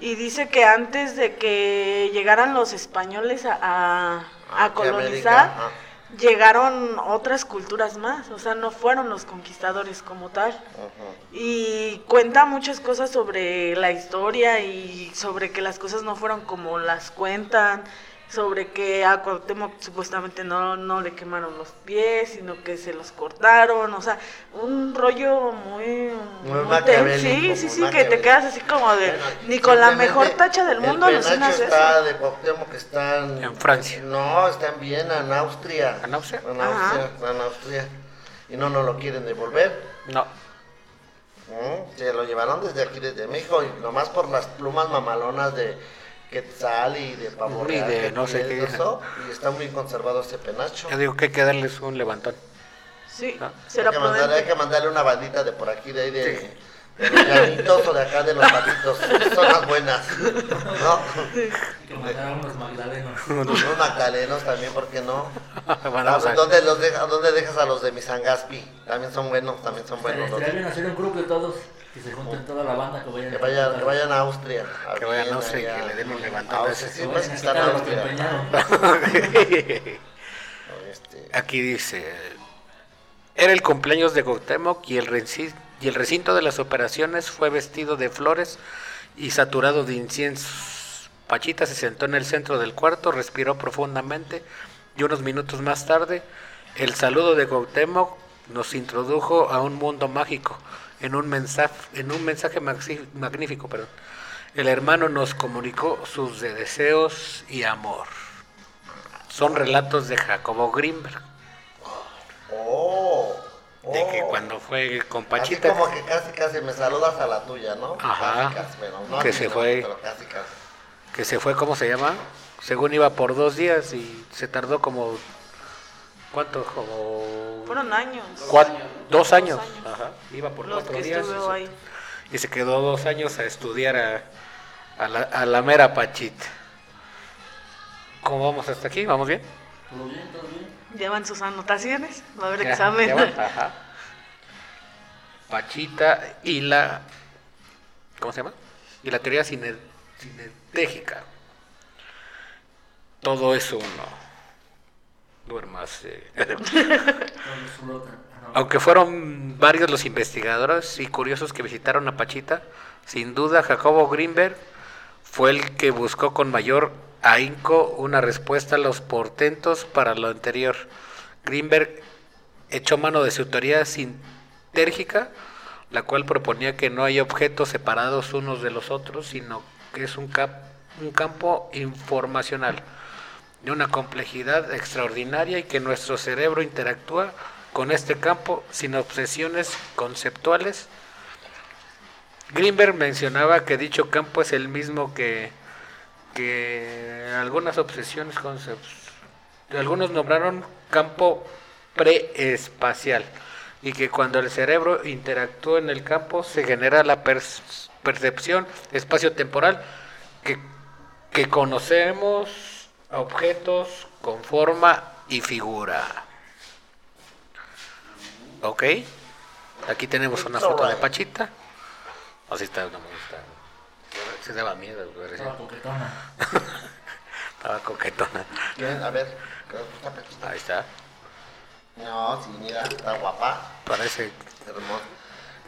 S3: y dice que antes de que llegaran los españoles a, a- a
S2: Aquí a
S3: colonizar,
S2: América, ajá.
S3: llegaron otras culturas más, o sea, no fueron los conquistadores como tal.
S2: Ujú.
S3: Y cuenta muchas cosas sobre la historia y sobre que las cosas no fueron como las cuentan, sobre que a Cuauhtémoc supuestamente no, no le quemaron los pies, sino que se los cortaron, o sea, un rollo muy...
S2: Muy
S3: muy
S2: maquiavélico,
S3: ten- Sí, sí,
S2: muy
S3: sí, que te
S2: maquiavélico.
S3: quedas así como de...
S2: Bueno,
S3: ni con la
S2: simplemente
S3: mejor tacha del mundo
S2: el penacho
S3: alucinas eso.
S2: está de Cuauhtémoc que está en,
S1: En Francia.
S2: No, está en Viena, en Austria.
S1: ¿En Austria?
S2: En
S3: Ajá.
S2: Austria, está en Austria. Y no nos lo quieren devolver.
S1: No.
S2: Mm, Se lo llevaron desde aquí, desde México, y nomás por las plumas mamalonas de Quetzal y de pavo
S1: Y
S2: real
S1: de
S2: que
S1: no sé
S2: tiene
S1: qué.
S2: eso, y está muy conservado ese penacho.
S1: Yo digo que hay que darles un levantón.
S3: Sí,
S1: Ah.
S3: será
S2: hay, que mandarle, hay
S3: prudente.
S2: que mandarle una bandita de por aquí, de ahí de, de los llanitos o de acá de los patitos. Son las buenas. ¿No?
S4: Y que mandara unos magdalenos.
S2: Unos magdalenos también, ¿por qué no?
S1: Mandamos a-
S2: ¿Dónde, los deja- ¿Dónde dejas a los de Misangaspi? También son buenos, también son buenos. los-
S4: Estaría bien hacer un grupo de todos. Que se junten toda la banda que vayan.
S2: Que vayan, que vayan a Austria.
S1: Que vayan a
S2: Viena,
S1: Austria y
S2: allá.
S1: que le den un levantón
S2: A
S1: de
S2: Austria,
S1: esos.
S2: sí,
S4: Que
S2: pues
S4: vayan a
S2: están
S4: quitar
S2: en
S4: a los que
S2: Austria. Ah,
S4: empeñaron.
S2: Este,
S1: Aquí dice, era el cumpleaños de Cuauhtémoc y el, renci- y el recinto de las operaciones fue vestido de flores y saturado de inciensos. Pachita se sentó en el centro del cuarto, respiró profundamente y unos minutos más tarde el saludo de Cuauhtémoc nos introdujo a un mundo mágico en un mensaje, en un mensaje maxi- magnífico. Perdón. El hermano nos comunicó sus de- deseos y amor. Son relatos de Jacobo Grimberg.
S2: Oh, oh.
S1: De que cuando fue con
S2: Así
S1: Pachita.
S2: como que casi casi me saludas a la tuya, ¿no?
S1: Ajá.
S2: Casi, casi, bueno, no
S1: Que
S2: así,
S1: se
S2: no,
S1: fue.
S2: Pero casi casi.
S1: que se fue, ¿cómo se llama? Según iba por dos días y se tardó como. ¿Cuánto? Como.
S3: Fueron años.
S1: cuat- dos años.
S3: Dos años.
S1: Ajá. Iba por
S3: Los
S1: cuatro
S3: que
S1: días. y
S3: estuvo
S1: se-
S3: ahí.
S1: Y se quedó dos años a estudiar a, a la, a la mera Pachita. ¿Cómo vamos hasta aquí? ¿Vamos bien?
S4: Todo bien, todo bien.
S3: Llevan sus anotaciones, va a haber
S1: Ya,
S3: examen.
S1: ya va, ajá. Pachita y la. ¿Cómo se llama? Y la teoría cine- cinetégica. Todo es uno. Duermas. eh,
S4: Todo es un loca. Ah, no.
S1: Aunque fueron varios los investigadores y curiosos que visitaron a Pachita, sin duda Jacobo Greenberg fue el que buscó con mayor ahínco una respuesta a los portentos para lo anterior. Greenberg echó mano de su teoría sintérgica, la cual proponía que no hay objetos separados unos de los otros, sino que es un, cap- un campo informacional de una complejidad extraordinaria y que nuestro cerebro interactúa con este campo sin obsesiones conceptuales. Greenberg mencionaba que dicho campo es el mismo que, que algunas obsesiones conceptuales. Algunos nombraron campo preespacial y que cuando el cerebro interactúa en el campo se genera la perc- percepción espacio-temporal que que conocemos objetos con forma y figura. ¿Ok? Aquí tenemos una
S2: It's
S1: foto de
S2: alright.
S1: Pachita. Así Oh, está, no me gusta. Ah, Se daba miedo, güey,
S4: Estaba coquetona.
S1: estaba coquetona.
S2: ¿Quién? A ver, ¿qué nos gusta Paquita?
S1: Ahí está,
S2: No, sí, mira, está guapa,
S1: parece
S2: hermosa.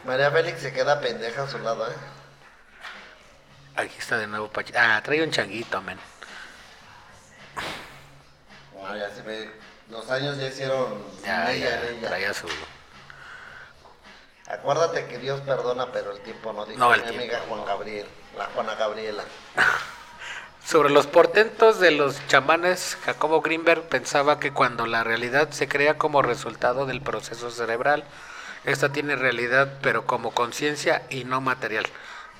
S2: María Félix se queda pendeja a su lado, ¿eh?
S1: Aquí está de nuevo Pachita. Ah, trae un changuito, men.
S2: No, ya se ve. Los años ya hicieron.
S1: Ya,
S2: mella
S1: ya,
S2: en ella.
S1: traía su.
S2: Acuérdate que Dios perdona, pero el tiempo no dice.
S1: No, el
S2: Mi
S1: tiempo.
S2: amiga Juan Gabriel, la Juana Gabriela.
S1: Sobre los portentos de los chamanes, Jacobo Greenberg pensaba que cuando la realidad se crea como resultado del proceso cerebral, esta tiene realidad pero como conciencia y no material.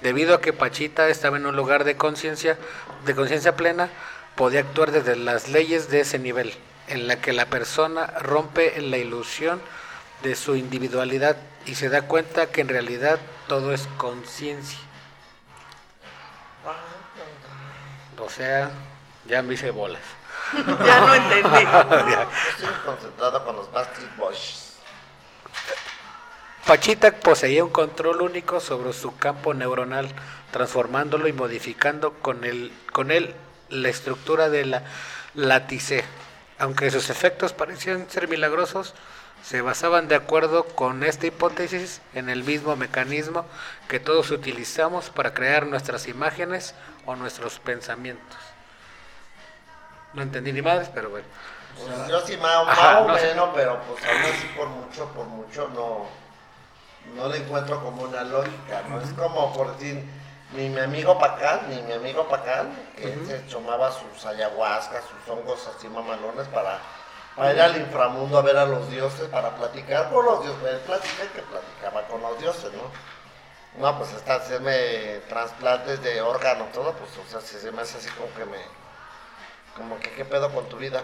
S1: Debido a que Pachita estaba en un lugar de conciencia, de conciencia plena, podía actuar desde las leyes de ese nivel, en la que la persona rompe la ilusión de su individualidad y se da cuenta que en realidad todo es conciencia. O sea, ya me hice bolas.
S3: Ya no entendí.
S2: Yo estoy concentrado con los Bastard Boys.
S1: Pachita poseía un control único sobre su campo neuronal, transformándolo y modificando con, el, con él la estructura de la látice. Aunque sus efectos parecían ser milagrosos, se basaban de acuerdo con esta hipótesis en el mismo mecanismo que todos utilizamos para crear nuestras imágenes o nuestros pensamientos. No entendí ni madres, pero bueno.
S2: Pues yo sí, más, más
S1: Ajá,
S2: o
S1: no sé.
S2: menos, pero pues aún así por mucho, por mucho no, no le encuentro como una lógica, ¿no? Es como por decir, ni mi amigo Pacán, ni mi amigo Pacán, que se tomaba sus ayahuascas, sus hongos así mamalones para, para ir al inframundo a ver a los dioses, para platicar con los dioses, él platica que platicaba con los dioses, ¿no? No, pues hasta hacerme trasplantes de órgano, todo, pues o sea, si se me hace así como que me, como que qué pedo con tu vida.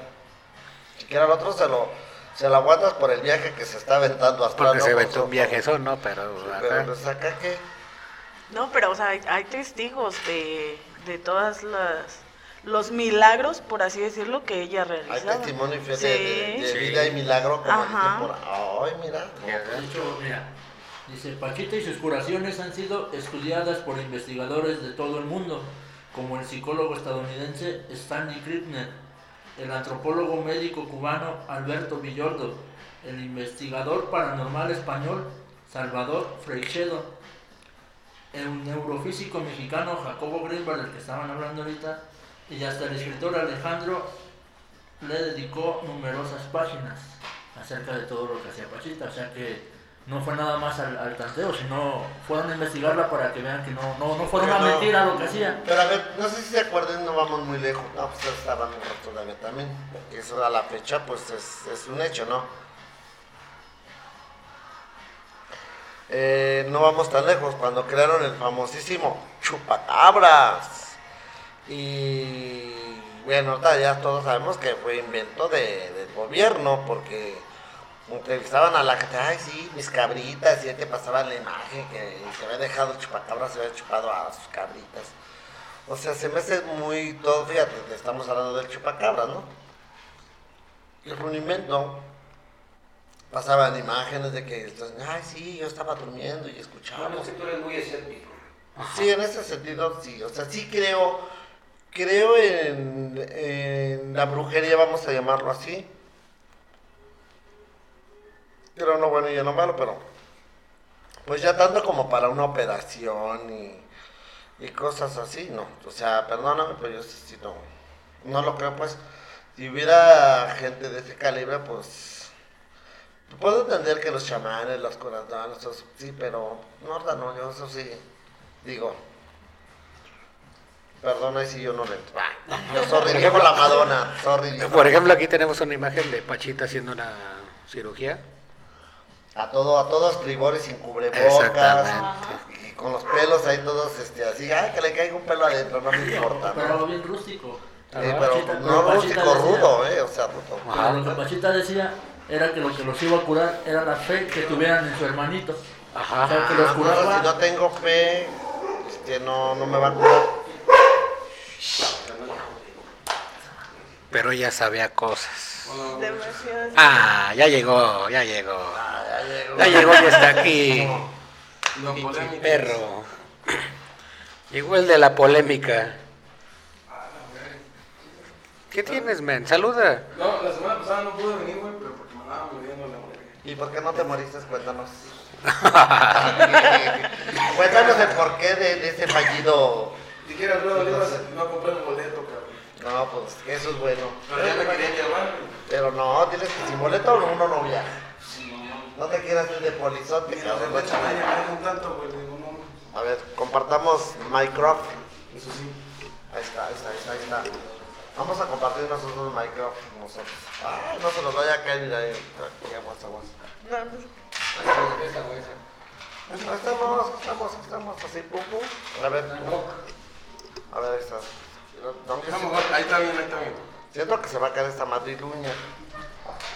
S2: Siquiera al otro se lo, se lo aguantas por el viaje que se está aventando hasta
S1: Porque se aventó un viaje eso, ¿no? Pero, ajá.
S2: Pero pues acá que
S3: No, pero o sea, hay, hay testigos de, de todas las los milagros, por así decirlo, que ella
S2: hay
S3: realizaba.
S2: testimonio fiel
S3: Pues Sí.
S2: de, de- de vida y milagro como
S3: Ajá.
S2: el tiempo. Ay, mira.
S4: De hecho, mira, dice Paquita y sus curaciones han sido estudiadas por investigadores de todo el mundo, como el psicólogo estadounidense Stanley Krippner, el antropólogo médico cubano Alberto Villordo, el investigador paranormal español Salvador Freixedo, el neurofísico mexicano Jacobo Greenberg, del que estaban hablando ahorita, y hasta el escritor Alejandro le dedicó numerosas páginas acerca de todo lo que hacía Pachita, o sea que no fue nada más al, al tanteo, sino fueron a investigarla para que vean que no, no, no fue una
S2: Pero no.
S4: mentira lo que hacía.
S2: Pero a ver, no sé si se acuerdan, no vamos muy lejos. No, pues ustedes estaban un rato todavía también. Eso a la fecha, pues es, es un hecho, ¿no? Eh, no vamos tan lejos. Cuando crearon el famosísimo Chupacabras. Y bueno, ahorita ya todos sabemos que fue invento de- del gobierno, porque entrevistaban a la gente, ay sí, mis cabritas, y ya te pasaban la imagen que se había dejado el chupacabras, se había chupado a sus cabritas. O sea, se me hace muy todo, fíjate, te estamos hablando del chupacabras, ¿no? Y fue un invento. Pasaban imágenes de que, ay sí, yo estaba durmiendo y
S5: Bueno,
S2: escuchábamos.
S5: es que tú eres muy escéptico.
S2: Sí, en ese sentido sí. O sea, sí creo, creo en, en la brujería, vamos a llamarlo así. Creo en lo bueno y en lo malo, pero pues ya tanto como para una operación y, y cosas así, no. O sea, perdóname, pero yo sí, sí no, no lo creo, pues. Si hubiera gente de ese calibre, pues puedo entender que los chamanes, los curandanos, esos sí, pero no, ahorita no, yo eso sí. Digo, perdona si yo no le entro. Yo sorry, dijo la Madonna. Sorry, dijo.
S1: Por ejemplo, aquí tenemos una imagen de Pachita haciendo una cirugía.
S2: A todo, a todos tribores sin cubrebocas.
S1: Exactamente.
S2: Y con los pelos ahí todos este, así. Ay, que le caiga un pelo adentro, no me importa.
S4: Pero
S2: ¿no?
S4: bien rústico.
S2: Sí,
S4: Pachita-
S2: pero no
S4: Pachita
S2: rústico,
S4: decía-
S2: rudo, ¿eh? O sea, rudo.
S4: pero lo que Pachita decía era que lo que los iba a curar era la fe que tuvieran en su hermanito. O
S1: Ajá.
S4: sea, que los
S2: Ah, no,
S4: curaba.
S2: si no tengo fe, este, no, no me va a curar.
S1: Pero ella sabía cosas.
S3: Demasiadas-
S1: Ah, ya llegó, ya llegó.
S2: Ay, ay, llegó.
S1: Ya llegó, ya está aquí.
S6: Don Polémicas.
S1: Perro. Llegó el de la polémica. ¿Qué tienes, men? Saluda.
S6: No, la semana pasada no pude venir, güey, pero porque me andaba muriendo la morí.
S2: ¿Y por qué no te moriste? Cuéntanos. Cuéntanos el porqué de, de ese fallido.
S6: Dijeras, luego le iba a hacer- no compré un boleto, cabrón.
S2: No, pues eso es bueno.
S6: Pero ya me quería llevar, güey.
S2: Pero no, diles que sin boleto uno no viaja. No te quieras ir de polizote,
S6: Y
S2: cabrón.
S6: nos la chamaña, me un tanto, güey, le digo, no, no.
S2: A ver, compartamos Minecraft.
S6: Eso sí.
S2: Ahí está, ahí está, ahí está, ahí está. Vamos a compartir nosotros Minecraft con nosotros. Ah, no se los vaya a caer, mira, ahí. Aquí, aguas, aguas.
S3: No, no.
S2: Ahí Estamos, aquí estamos, aquí estamos, así, pum, pum. A ver, pum. A ver, ahí está. No, no, que
S6: Vamos,
S2: sí.
S6: güey, ahí está bien, ahí está bien.
S2: Siento que se va a caer esta madriluña.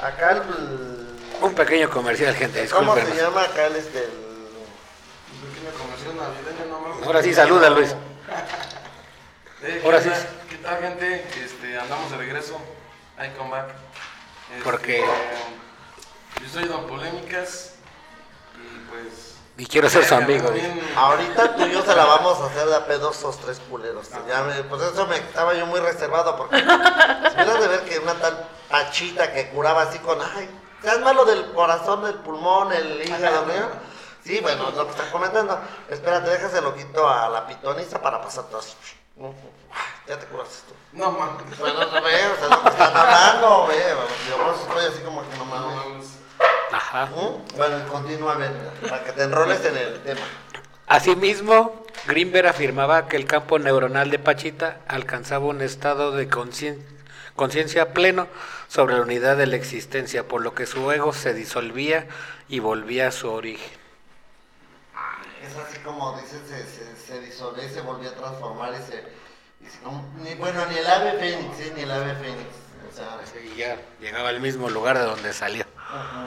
S2: Acá el...
S1: Un pequeño comercial, gente.
S2: ¿Cómo se
S1: Discúlpenos.
S2: llama acá el este? el-
S6: Un pequeño comercial navideño, no mames.
S1: Ahora sí, saluda, Luis.
S6: Eh, ¿qué
S1: Ahora sí.
S6: tal- ¿Qué tal, gente? Este, andamos de regreso. I come back. Este,
S1: ¿Por qué?
S6: Yo soy Don Polémicas. Y pues.
S1: Y quiero ser su
S6: eh,
S1: amigo.
S6: también-
S1: dice.
S2: Ahorita tú y yo se la vamos a hacer de a pedos esos tres culeros. Ya me- pues eso me estaba yo muy reservado porque si hubieras de ver que una tal pachita que curaba así con ay, seas malo del corazón, del pulmón, el hígado, ¿no? Sí, bueno, es lo que están comentando. Espérate, déjase lo quito a la pitoniza para pasar todo así. Ya te curaste tú.
S6: No mames.
S2: Bueno, no ve, o sea, no te están hablando, ve. Yo por eso estoy así como que no
S6: No
S2: mames.
S6: mames.
S1: Ajá.
S2: ¿Mm? Bueno, continúa, ven, para que te enroles en el tema.
S1: Asimismo, Grimberg afirmaba que el campo neuronal de Pachita alcanzaba un estado de concien- conciencia pleno sobre la unidad de la existencia, por lo que su ego se disolvía y volvía a su origen.
S2: Es así como dicen, se, se, se disolvió y se volvió a transformar y se... y se- no, ni, bueno, ni el ave fénix, ¿eh? ni el ave fénix. O sea,
S1: Y ya llegaba al mismo lugar de donde salió.
S2: ajá.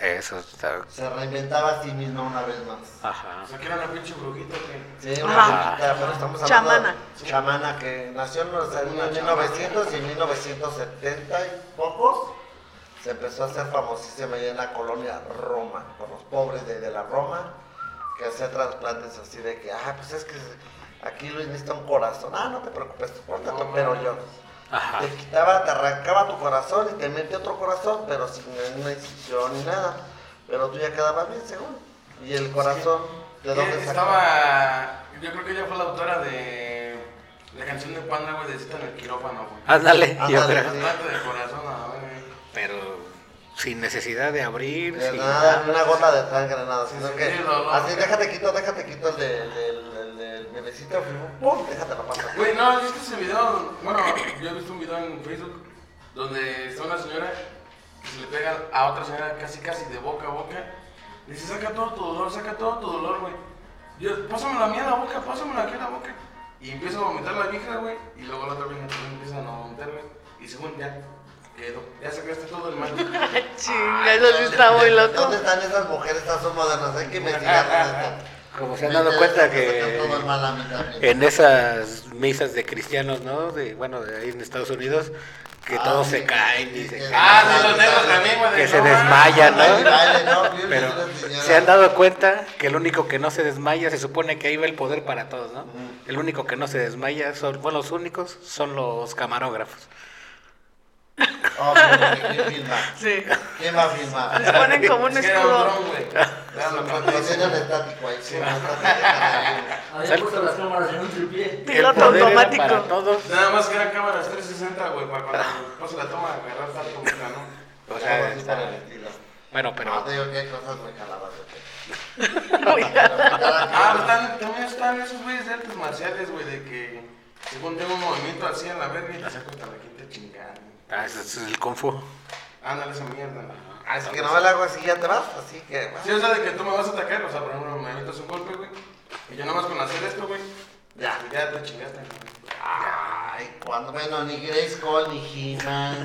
S1: Eso está.
S2: se reinventaba a sí misma una vez más.
S1: Ajá.
S6: Pues aquí era la pinche brujita que.
S2: Sí, una
S3: Ajá.
S2: chiquita, pero estamos hablando
S3: Chamana.
S2: de chamana que nació en los años
S6: Una
S2: 1900 y 1970 y pocos. Se empezó a hacer famosísima allá en la colonia Roma, con los pobres de, de la Roma, que hacía trasplantes así de que, ah, pues es que aquí Luis necesita un corazón. Ah, no te preocupes, ponte tu pero yo.
S6: Ah.
S1: Ajá.
S2: Te quitaba, te arrancaba tu corazón y te mete otro corazón, pero sin ninguna incisión ni nada. Pero tú ya quedabas bien, según. Y el corazón, ¿de dónde
S6: Eh,
S2: sacaba?
S6: Estaba. Yo creo que ella fue la autora de. La canción de Panda, güey, de cita en el quirófano, güey.
S1: Ándale, yo
S2: Ándale,
S1: creo.
S2: sí.
S6: Trasplante de corazón, a la verga.
S1: Pero sin necesidad de abrir.
S2: De
S1: sin
S2: nada,
S1: nada.
S2: ni Eh, una gota de sangre, nada. Sino
S6: sí,
S2: que,
S6: sí, no, no.
S2: así, déjate quito, déjate quito el del de, el del- del bebecito, pum, déjate la pasa.
S6: Güey, no, ¿viste ese video? Bueno, yo he visto un video en Facebook donde está una señora que se le pega a otra señora casi casi de boca a boca. Le dice, saca todo tu dolor, saca todo tu dolor, güey. Yo, pásamela a mí a la boca, pásamela aquí a la boca. Y empieza a vomitar la vieja, güey. Y luego la otra vieja también empieza a vomitar, güey. Y según ya, quedó. Ya sacaste todo el mal.
S3: Chinga, eso sí está muy loco.
S2: ¿Dónde están esas mujeres tan modernas? Hay que investigar dónde están.
S1: Como se han dado
S2: Vete,
S1: cuenta
S2: déjate sacar todo el
S1: que
S2: mal a mí también.
S1: en esas misas de cristianos, ¿no? De, bueno, de ahí en Estados Unidos, que
S2: Ah,
S1: todos
S2: sí,
S1: se
S2: sí,
S1: caen
S2: sí,
S1: y se
S2: sí.
S1: caen,
S6: ah, sí, los negros también, güey. de
S1: que se
S6: no mames.
S1: desmayan,
S2: Ay,
S1: ¿no?
S2: baile, ¿no? Bien,
S1: Pero
S2: bien, señora.
S1: se han dado cuenta que el único que no se desmaya, se supone que ahí va el poder para todos, ¿no? El único que no se desmaya, son, bueno, los únicos son los camarógrafos.
S2: Oh, pero ¿quién filma?
S3: Sí.
S2: ¿Quién va a filmar?
S3: Les ponen como un
S6: Es que era un
S3: escudo.
S6: dron, güey. Era lo
S2: Lo
S6: que
S2: enseñan estático ahí, sí, lo estático.
S4: Había
S1: Sal-
S4: puesto las cámaras en un tripié.
S1: el
S3: Piloto
S1: poder era para
S3: automático.
S1: todos.
S6: Nada más que eran cámaras 360, güey, para cuando pase la toma, agarrar tal como era, ¿no?
S1: O sea,
S2: Algo así
S1: está-
S2: por el estilo.
S1: bueno,
S2: No,
S1: pero
S2: te digo que hay cosas muy jaladas. güey.
S6: Ah, están, también están esos güeyes de artes marciales, güey, de que según tengo un movimiento así en la verga y te saco hasta la quinta chingada.
S1: ah, ese es el kung fu.
S6: Ándale esa mierda. ¿no?
S2: Así Ah, que no me la hago así, ya te vas, así que...
S6: Sí, o sea, de que tú me vas a atacar, o sea, por ejemplo, me metes un golpe, güey, y yo nada más con hacer esto, güey,
S2: Ya.
S6: ya te chingaste. güey.
S2: Ay, cuando bueno, ni Grace Cole, ni He-Man,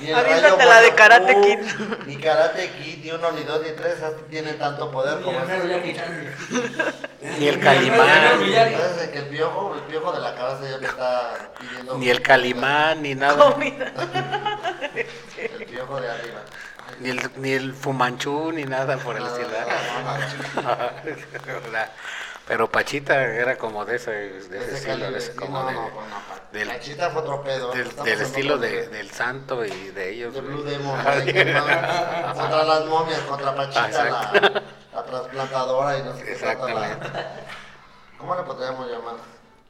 S2: ni, ni el
S3: Aviéntate
S2: Rayo
S3: la de Karate
S2: Wu,
S3: Kid.
S2: Ni Karate Kid, ni uno, ni dos, ni tres, hasta tiene tanto poder
S4: Y
S2: como
S4: el mero
S2: ese.
S4: ya quitándole.
S1: Ni el
S4: Mero
S1: calimán,
S4: Miyagi.
S2: Entonces, que el piojo, el piojo de la cabeza ya me está pidiendo.
S1: ni el calimán, ni nada.
S3: Comida.
S2: El piojo de arriba. Ay,
S1: Ni el, ni el fumanchú, ni nada por
S2: Ah,
S1: el estilo. ¿verdad? ¿Verdad? Pero Pachita era como de ese, de ese estilo, de ese, como de- del,
S2: del, Pachita fue otro pedo.
S1: del-
S2: estamos
S1: del
S2: en
S1: estilo
S2: otro
S1: de-
S2: pedo.
S1: del santo y de ellos.
S2: De
S1: güey.
S2: Blue Demon.
S1: Ah,
S2: ahí,
S1: bien.
S2: ¿no? contra las momias, contra Pachita, la, la trasplantadora y no sé qué tanta la... ¿Cómo le podríamos llamar?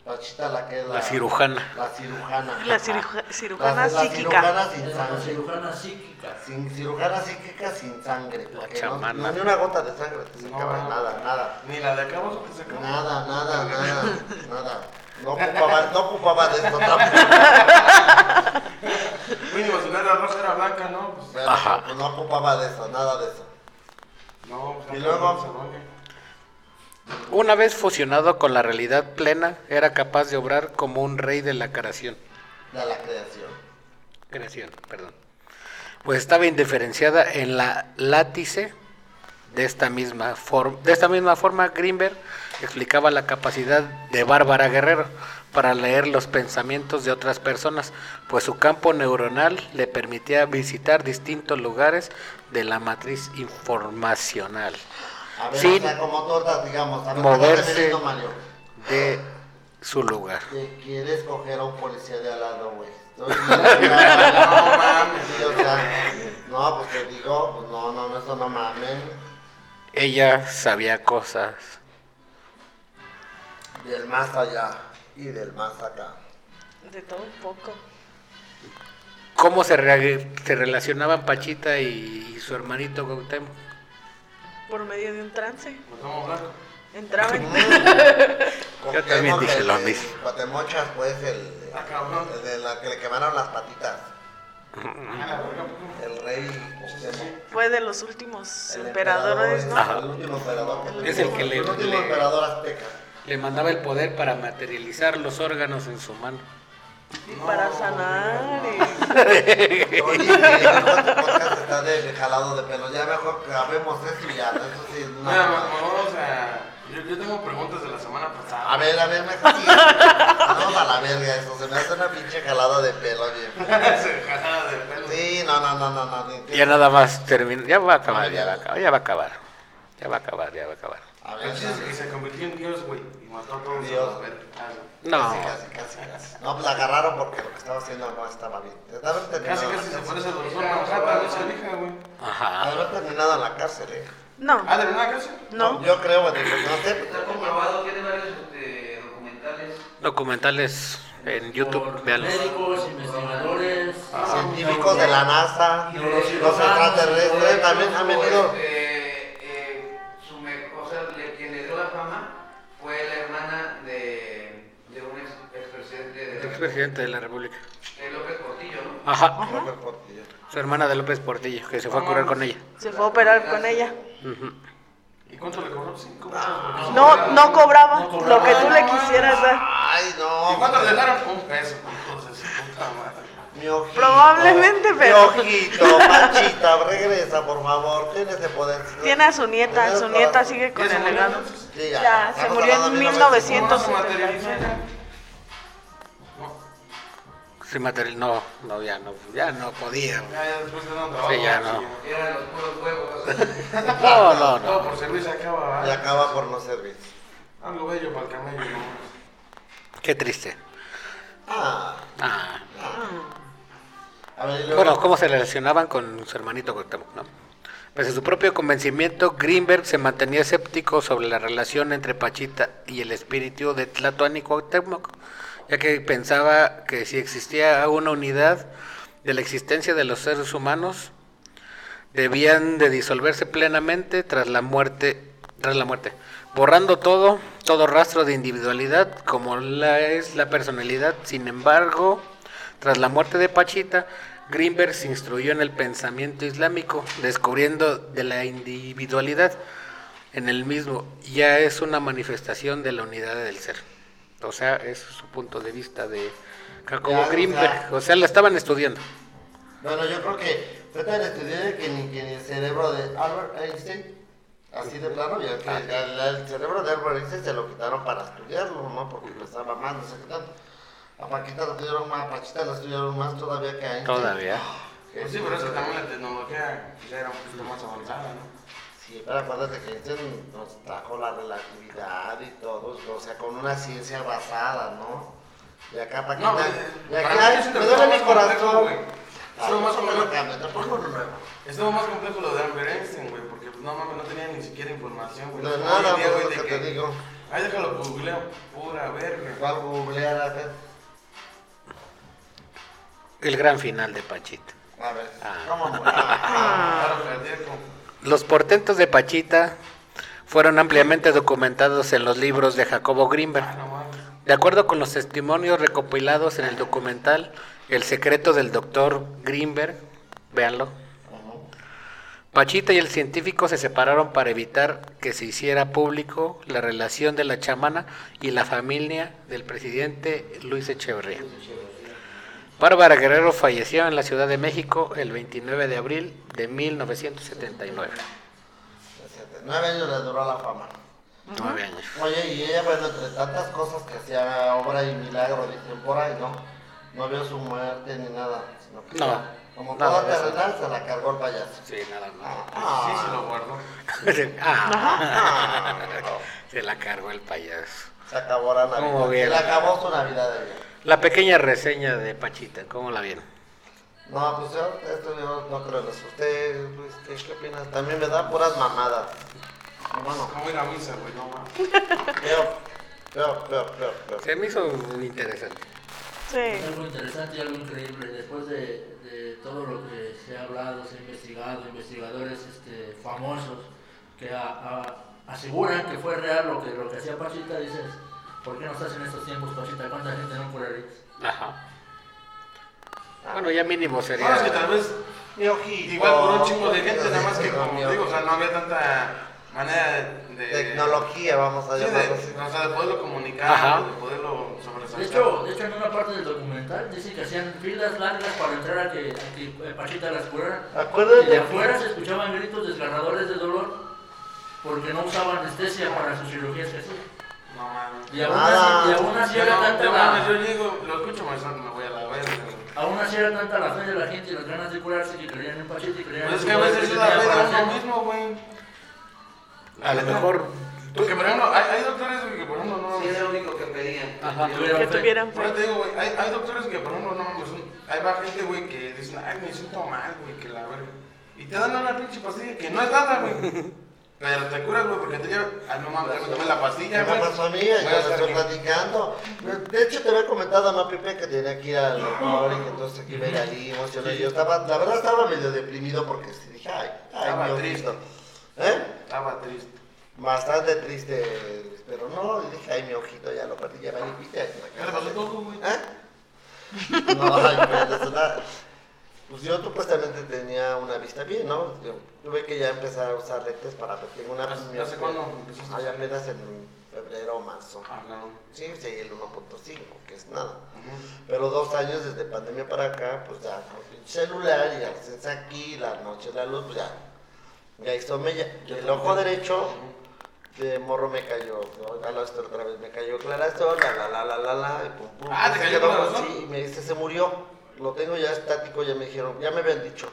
S2: Pachita la que es la...
S1: La cirujana.
S2: La cirujana.
S3: La ciruja- cirujana
S2: La- la
S3: psíquica.
S2: cirujana sin
S4: La
S2: sangre.
S4: cirujana psíquica.
S2: Sin cirujana psíquica, sin sangre.
S1: La
S2: porque no-
S1: chamana.
S2: No, ni una gota de sangre te sacaba,
S6: No.
S2: nada, nada.
S6: Ni la de acá vosotros sacamos.
S2: Nada, nada, nada, nada. No ocupaba, no ocupaba de esto tampoco.
S6: Mínimo, si no era rosa, era blanca, ¿no? Pues,
S2: Pero
S1: Ajá.
S2: No ocupaba de eso, nada de eso.
S6: no, pues,
S2: Y
S6: acá
S2: luego-
S6: no se baña.
S1: Una vez fusionado con la realidad plena, era capaz de obrar como un rey de la creación.
S2: De la creación.
S1: Creación, perdón. Pues estaba indiferenciada en la látice de esta misma forma. De esta misma forma, Greenberg explicaba la capacidad de Bárbara Guerrero para leer los pensamientos de otras personas, pues su campo neuronal le permitía visitar distintos lugares de la matriz informacional.
S2: A ver,
S1: Sin
S2: o sea, como tortas, digamos. A ver,
S1: moverse.
S2: déjame viendo, Mario.
S1: de
S2: Ah,
S1: su lugar.
S2: Te quieres coger a un policía de al lado, güey. Estoy-
S6: No mames.
S2: Sí, o sea, no, pues te digo, pues no, no, no, eso no mamen.
S1: Ella sabía cosas.
S2: Del más allá y del más acá.
S3: De todo un poco.
S1: ¿Cómo se, re- se relacionaban Pachita y, y su hermanito Cuauhtémoc?
S3: Por medio de un trance.
S6: Pues somos blancos.
S3: Entraba en...
S1: Yo también
S2: Cuauhtémoc,
S1: dije
S2: el
S1: lo
S2: de-
S1: mismo.
S2: Cuatemochas, pues, el,
S6: Ah, cabrón.
S2: el de la que le quemaron las patitas.
S6: Ah, la verga, ¿por
S2: El rey Cuauhtémoc.
S3: Fue de los últimos
S2: El
S3: emperadores, ¿no?
S1: Ajá.
S2: El último emperador.
S1: Es el que le-
S2: El último
S1: le-
S2: emperador azteca.
S1: Le mandaba el poder para materializar los órganos en su mano.
S3: Y para sanar. eh. y-
S2: Oye, este podcast está de jalado de pelo. Ya mejor que hablemos de eso y ya. Eso sí,
S6: qué?
S2: no.
S6: Mira, mamón, o sea, yo, yo tengo preguntas de la semana pasada.
S2: A ver, a ver, mejor sí. Vamos a la verga eso. Se me hace una pinche jalada de pelo, bien.
S6: Se jalaba del pelo.
S2: Sí, no, no, no, no. no. ni-
S1: Ya nada más termina. Ya va a acabar, ya va a acabar, ya va a acabar. Ya va a acabar, ya va a acabar.
S2: A ver,
S6: El chiste es que se convirtió en Dios, güey. Y mató a todos
S2: Dios.
S6: los vergas. Ah,
S1: No.
S2: Casi, casi, casi, casi. No, pues la agarraron porque lo que estaba haciendo no estaba bien. De haber
S6: Casi,
S2: terminado, en
S6: casi
S2: la
S6: se
S2: cárcel.
S6: parece a Don Juan Manhattan, esa vieja, güey.
S2: De
S1: Ajá.
S2: haber terminado en la cárcel, eh.
S3: No,
S6: Ah, ¿de verdad, casi?
S3: no.
S2: Yo creo, de que no sé.
S5: Está comprobado, tiene varios este, documentales.
S1: Documentales en YouTube,
S4: Por
S1: véanlos.
S4: Médicos, investigadores.
S2: Ah. Científicos de la NASA, los extraterrestres también han venido.
S5: Este, eh, su me- o sea, le- quien le dio la fama fue la hermana de, de un ex, expresidente de,
S1: Expresidente de la República.
S5: de López Portillo, ¿no?
S1: Ajá. Su hermana de López Portillo, que se fue a curar con ella.
S3: Se fue a operar con ella.
S1: Ujú.
S6: ¿Y cuánto le cobró? ¿Cinco pesos? porque son
S3: No,
S6: vergas.
S3: no cobraba
S4: No cobraba.
S3: lo que tú le quisieras dar.
S2: Ay,
S6: ¿Y cuánto le
S2: no.
S6: daron? Un peso, entonces, puta madre.
S2: Mi ojito.
S3: Probablemente, pero-
S2: Mi ojito, Pachita, regresa, por favor. Tiene ese poder.
S3: Tiene a su nieta, su nieta sigue con
S6: ¿Ya se
S3: el
S6: murió,
S3: legado.
S6: entonces?
S2: Sí,
S3: Ya, se
S2: Estamos
S3: murió en
S2: hablando de
S3: 1900.
S6: ¿Cómo no se materializó ya?
S1: Sí, material. No, no, ya no, ya no podía.
S6: Ya, ya después de un trabajo.
S1: Sí, ya no.
S5: Eran los puros huevos.
S1: No, no, no.
S6: Todo por servir se acaba.
S2: Y
S6: ¿verdad?
S2: acaba por no servir.
S6: ¿eh? Algo bello para el camello, ¿no?
S1: Qué triste.
S2: Ah,
S1: Ah.
S2: a ver, y luego-
S1: Bueno, cómo se relacionaban con su hermanito Cuauhtémoc, ¿no? Pese a su propio convencimiento, Greenberg se mantenía escéptico sobre la relación entre Pachita y el espíritu de Tlatoani y Cuauhtémoc, ya que pensaba que si existía una unidad de la existencia de los seres humanos, debían de disolverse plenamente tras la muerte, tras la muerte, borrando todo, todo rastro de individualidad como la es la personalidad. Sin embargo, tras la muerte de Pachita, Greenberg se instruyó en el pensamiento islámico, descubriendo de la individualidad en el mismo ya es una manifestación de la unidad del ser. O sea, ese es su punto de vista de
S2: Ya,
S1: Jacobo
S2: o sea-
S1: Greenberg. O sea, la estaban estudiando.
S2: Bueno, yo creo que fue tan estudiante que ni, que ni el cerebro de Albert Einstein, así de plano, ya que el, el cerebro de Albert Einstein se lo quitaron para estudiarlo, ¿no? Porque pesaba más, no sé qué tanto. A Paquita lo estudiaron más, a Pachita lo estudiaron más todavía que a Einstein.
S1: Todavía.
S6: Pues sí, pero es que también la tecnología ya era un poquito más avanzada, ¿no?
S2: Sí, pero acuérdate que Einstein nos trajo la relatividad y todo, o sea, con una ciencia basada, ¿no? Y acá para que
S6: No,
S2: na-
S6: pues,
S2: y
S6: para
S2: acá,
S6: mí es un
S2: me
S6: tema
S2: duele
S6: más
S2: mi
S6: complejo,
S2: corazón.
S6: güey.
S2: Ah,
S6: Es lo más
S2: ponlo
S6: complejo.
S2: acá, mira, ponlo nuevo.
S6: Estuvo más complejo lo de Albert Einstein, güey, porque pues, no mames, no tenía ni siquiera información, güey.
S2: No,
S6: Hoy
S2: nada,
S6: en día,
S2: pues,
S6: güey,
S2: lo
S6: de
S2: que te digo.
S6: Ay, déjalo googleo, pura verga.
S2: Voy a googlear, a ver.
S1: El gran final de Pachita.
S2: A ver,
S1: Ah.
S2: ¿cómo? Ah,
S6: Paro cardíaco.
S1: Los portentos de Pachita fueron ampliamente documentados en los libros de Jacobo Greenberg.
S6: Ah, no mames.
S1: De acuerdo con los testimonios recopilados en el documental El secreto del doctor Greenberg, véanlo, Pachita y el científico se separaron para evitar que se hiciera público la relación de la chamana y la familia del presidente Luis Echeverría. Bárbara Guerrero falleció en la Ciudad de México el 29 de abril de 1979.
S2: Nueve años le duró la fama.
S1: Nueve años.
S2: Oye, y ella, bueno, entre tantas cosas que hacía obra y milagro, dicen por ahí, ¿no? No vio su muerte ni nada, sino que
S1: No,
S2: ya, como
S1: nada
S2: toda
S1: de eso.
S2: terrenal se la cargó el payaso.
S1: Sí, nada más.
S2: Ah,
S6: Sí, se lo guardó.
S1: Ah. se la cargó el payaso.
S2: se acabó la
S1: ¿Cómo
S2: Navidad. Se
S1: vieron?
S2: le acabó su Navidad eh. de ella.
S1: La pequeña reseña de Pachita, ¿cómo la vieron?
S2: No, pues yo, esto yo no creo en eso. Usted, Luis, ¿qué, qué opinas? También me da puras mamadas. Bueno,
S6: ¿Cómo ir a misa, güey? No mames.
S2: peor, peor, peor, peor, peor.
S1: Se me hizo interesante.
S3: Sí.
S4: Algo interesante y algo increíble. Después de, de todo lo que se ha hablado, se ha investigado, investigadores este, famosos que a- a- aseguran que fue real lo que, lo que hacía Pachita, dices, ¿por qué no estás en estos tiempos, Pachita? ¿Cuánta gente no curaría?
S1: Ajá. Bueno, ya mínimo sería.
S6: Ahora es que tal vez
S2: Mi ojito.
S6: Ah, Igual por un chingo de gente,
S2: Dios,
S6: nada más que
S2: Dios, mi
S6: como digo, o sea, no había tanta manera de. de-
S2: Tecnología, vamos a
S6: Sí, de,
S2: llamarlo así.
S6: o sea, de poderlo comunicar,
S1: Ajá.
S6: de poderlo sobresaltar.
S4: De hecho, de hecho, en una parte del documental dice que hacían filas largas para entrar a que, a que, eh, Pachita las curara. Y
S2: Acuérdate
S4: de
S2: que-
S4: afuera se escuchaban gritos desgarradores de dolor porque no usaban anestesia para sus cirugías que hacían.
S6: no mames.
S4: Y aún
S2: Ah.
S4: así, y aún así
S6: Yo,
S4: era
S6: no,
S4: tanta
S6: yo, mames,
S4: la,
S6: yo llego, lo escucho, me salgo, me voy a la verga. güey.
S4: aún así era tanta la fe de la gente y las ganas de curarse que creían en Pachita y creían
S6: Pero
S4: en
S6: es
S4: su
S6: que a
S4: poder
S6: veces es la
S4: tenía
S6: fe
S4: para
S6: de uno
S4: hacerlo.
S6: mismo, güey.
S1: A lo mejor.
S6: Porque, por ejemplo, hay, hay doctores güey, que, por ejemplo, no.
S5: Sí, era lo único que pedían.
S4: Ajá.
S3: Que
S4: Fe.
S3: tuvieran
S6: Por eso te
S3: fe.
S6: digo, güey, hay, hay doctores que, por ejemplo, no, pues, hay va gente, güey, que dicen, ay, me siento mal, güey, que la verga. Y te dan una pinche pastilla que no es nada, güey. Pero te curas, güey, porque te llevan, ay, no mames, me tomé la pastilla,
S2: Me
S6: güey.
S2: pasó a mí, ya
S6: Voy a
S2: me
S6: estar
S2: estoy
S6: bien".
S2: platicando. De hecho, te había comentado a Ma Pipe que tenía que ir al doctor y que entonces aquí me ahí emocionado. Yo estaba, la verdad, estaba medio deprimido porque sí dije, ay,
S6: Estaba
S2: ay, mi
S6: triste.
S2: ojito. ¿Eh?
S6: Estaba triste.
S2: Bastante triste, pero no, y dije, ay, mi ojito, ya lo perdí, ya me lo quité.
S6: ¿Qué le pasó a tu ojo, güey?
S2: ¿Eh? No, ay, pero eso nada. Pues yo supuestamente tenía una vista bien, ¿no? Yo tuve que ya empezar a usar lentes para que tenga una...
S6: ¿Hace- hace cuándo empezaste?
S2: Ay, apenas en febrero o marzo.
S6: Ah, no.
S2: Sí, seguí el 1.5, que es nada. Pero dos años desde pandemia para acá, pues ya, con el celular y acceso aquí, la noche, la luz, pues ya. Ya hizo mella. El ojo derecho de morro me cayó. ¿no? A la otra otra vez me cayó clarasol, la la la la la la, y pum pum.
S6: Ah, ¿te
S2: Se
S6: cayó
S2: quedó
S6: clarasol?
S2: así, Y me dice, se murió. Lo tengo ya estático, ya me dijeron, ya me habían dicho.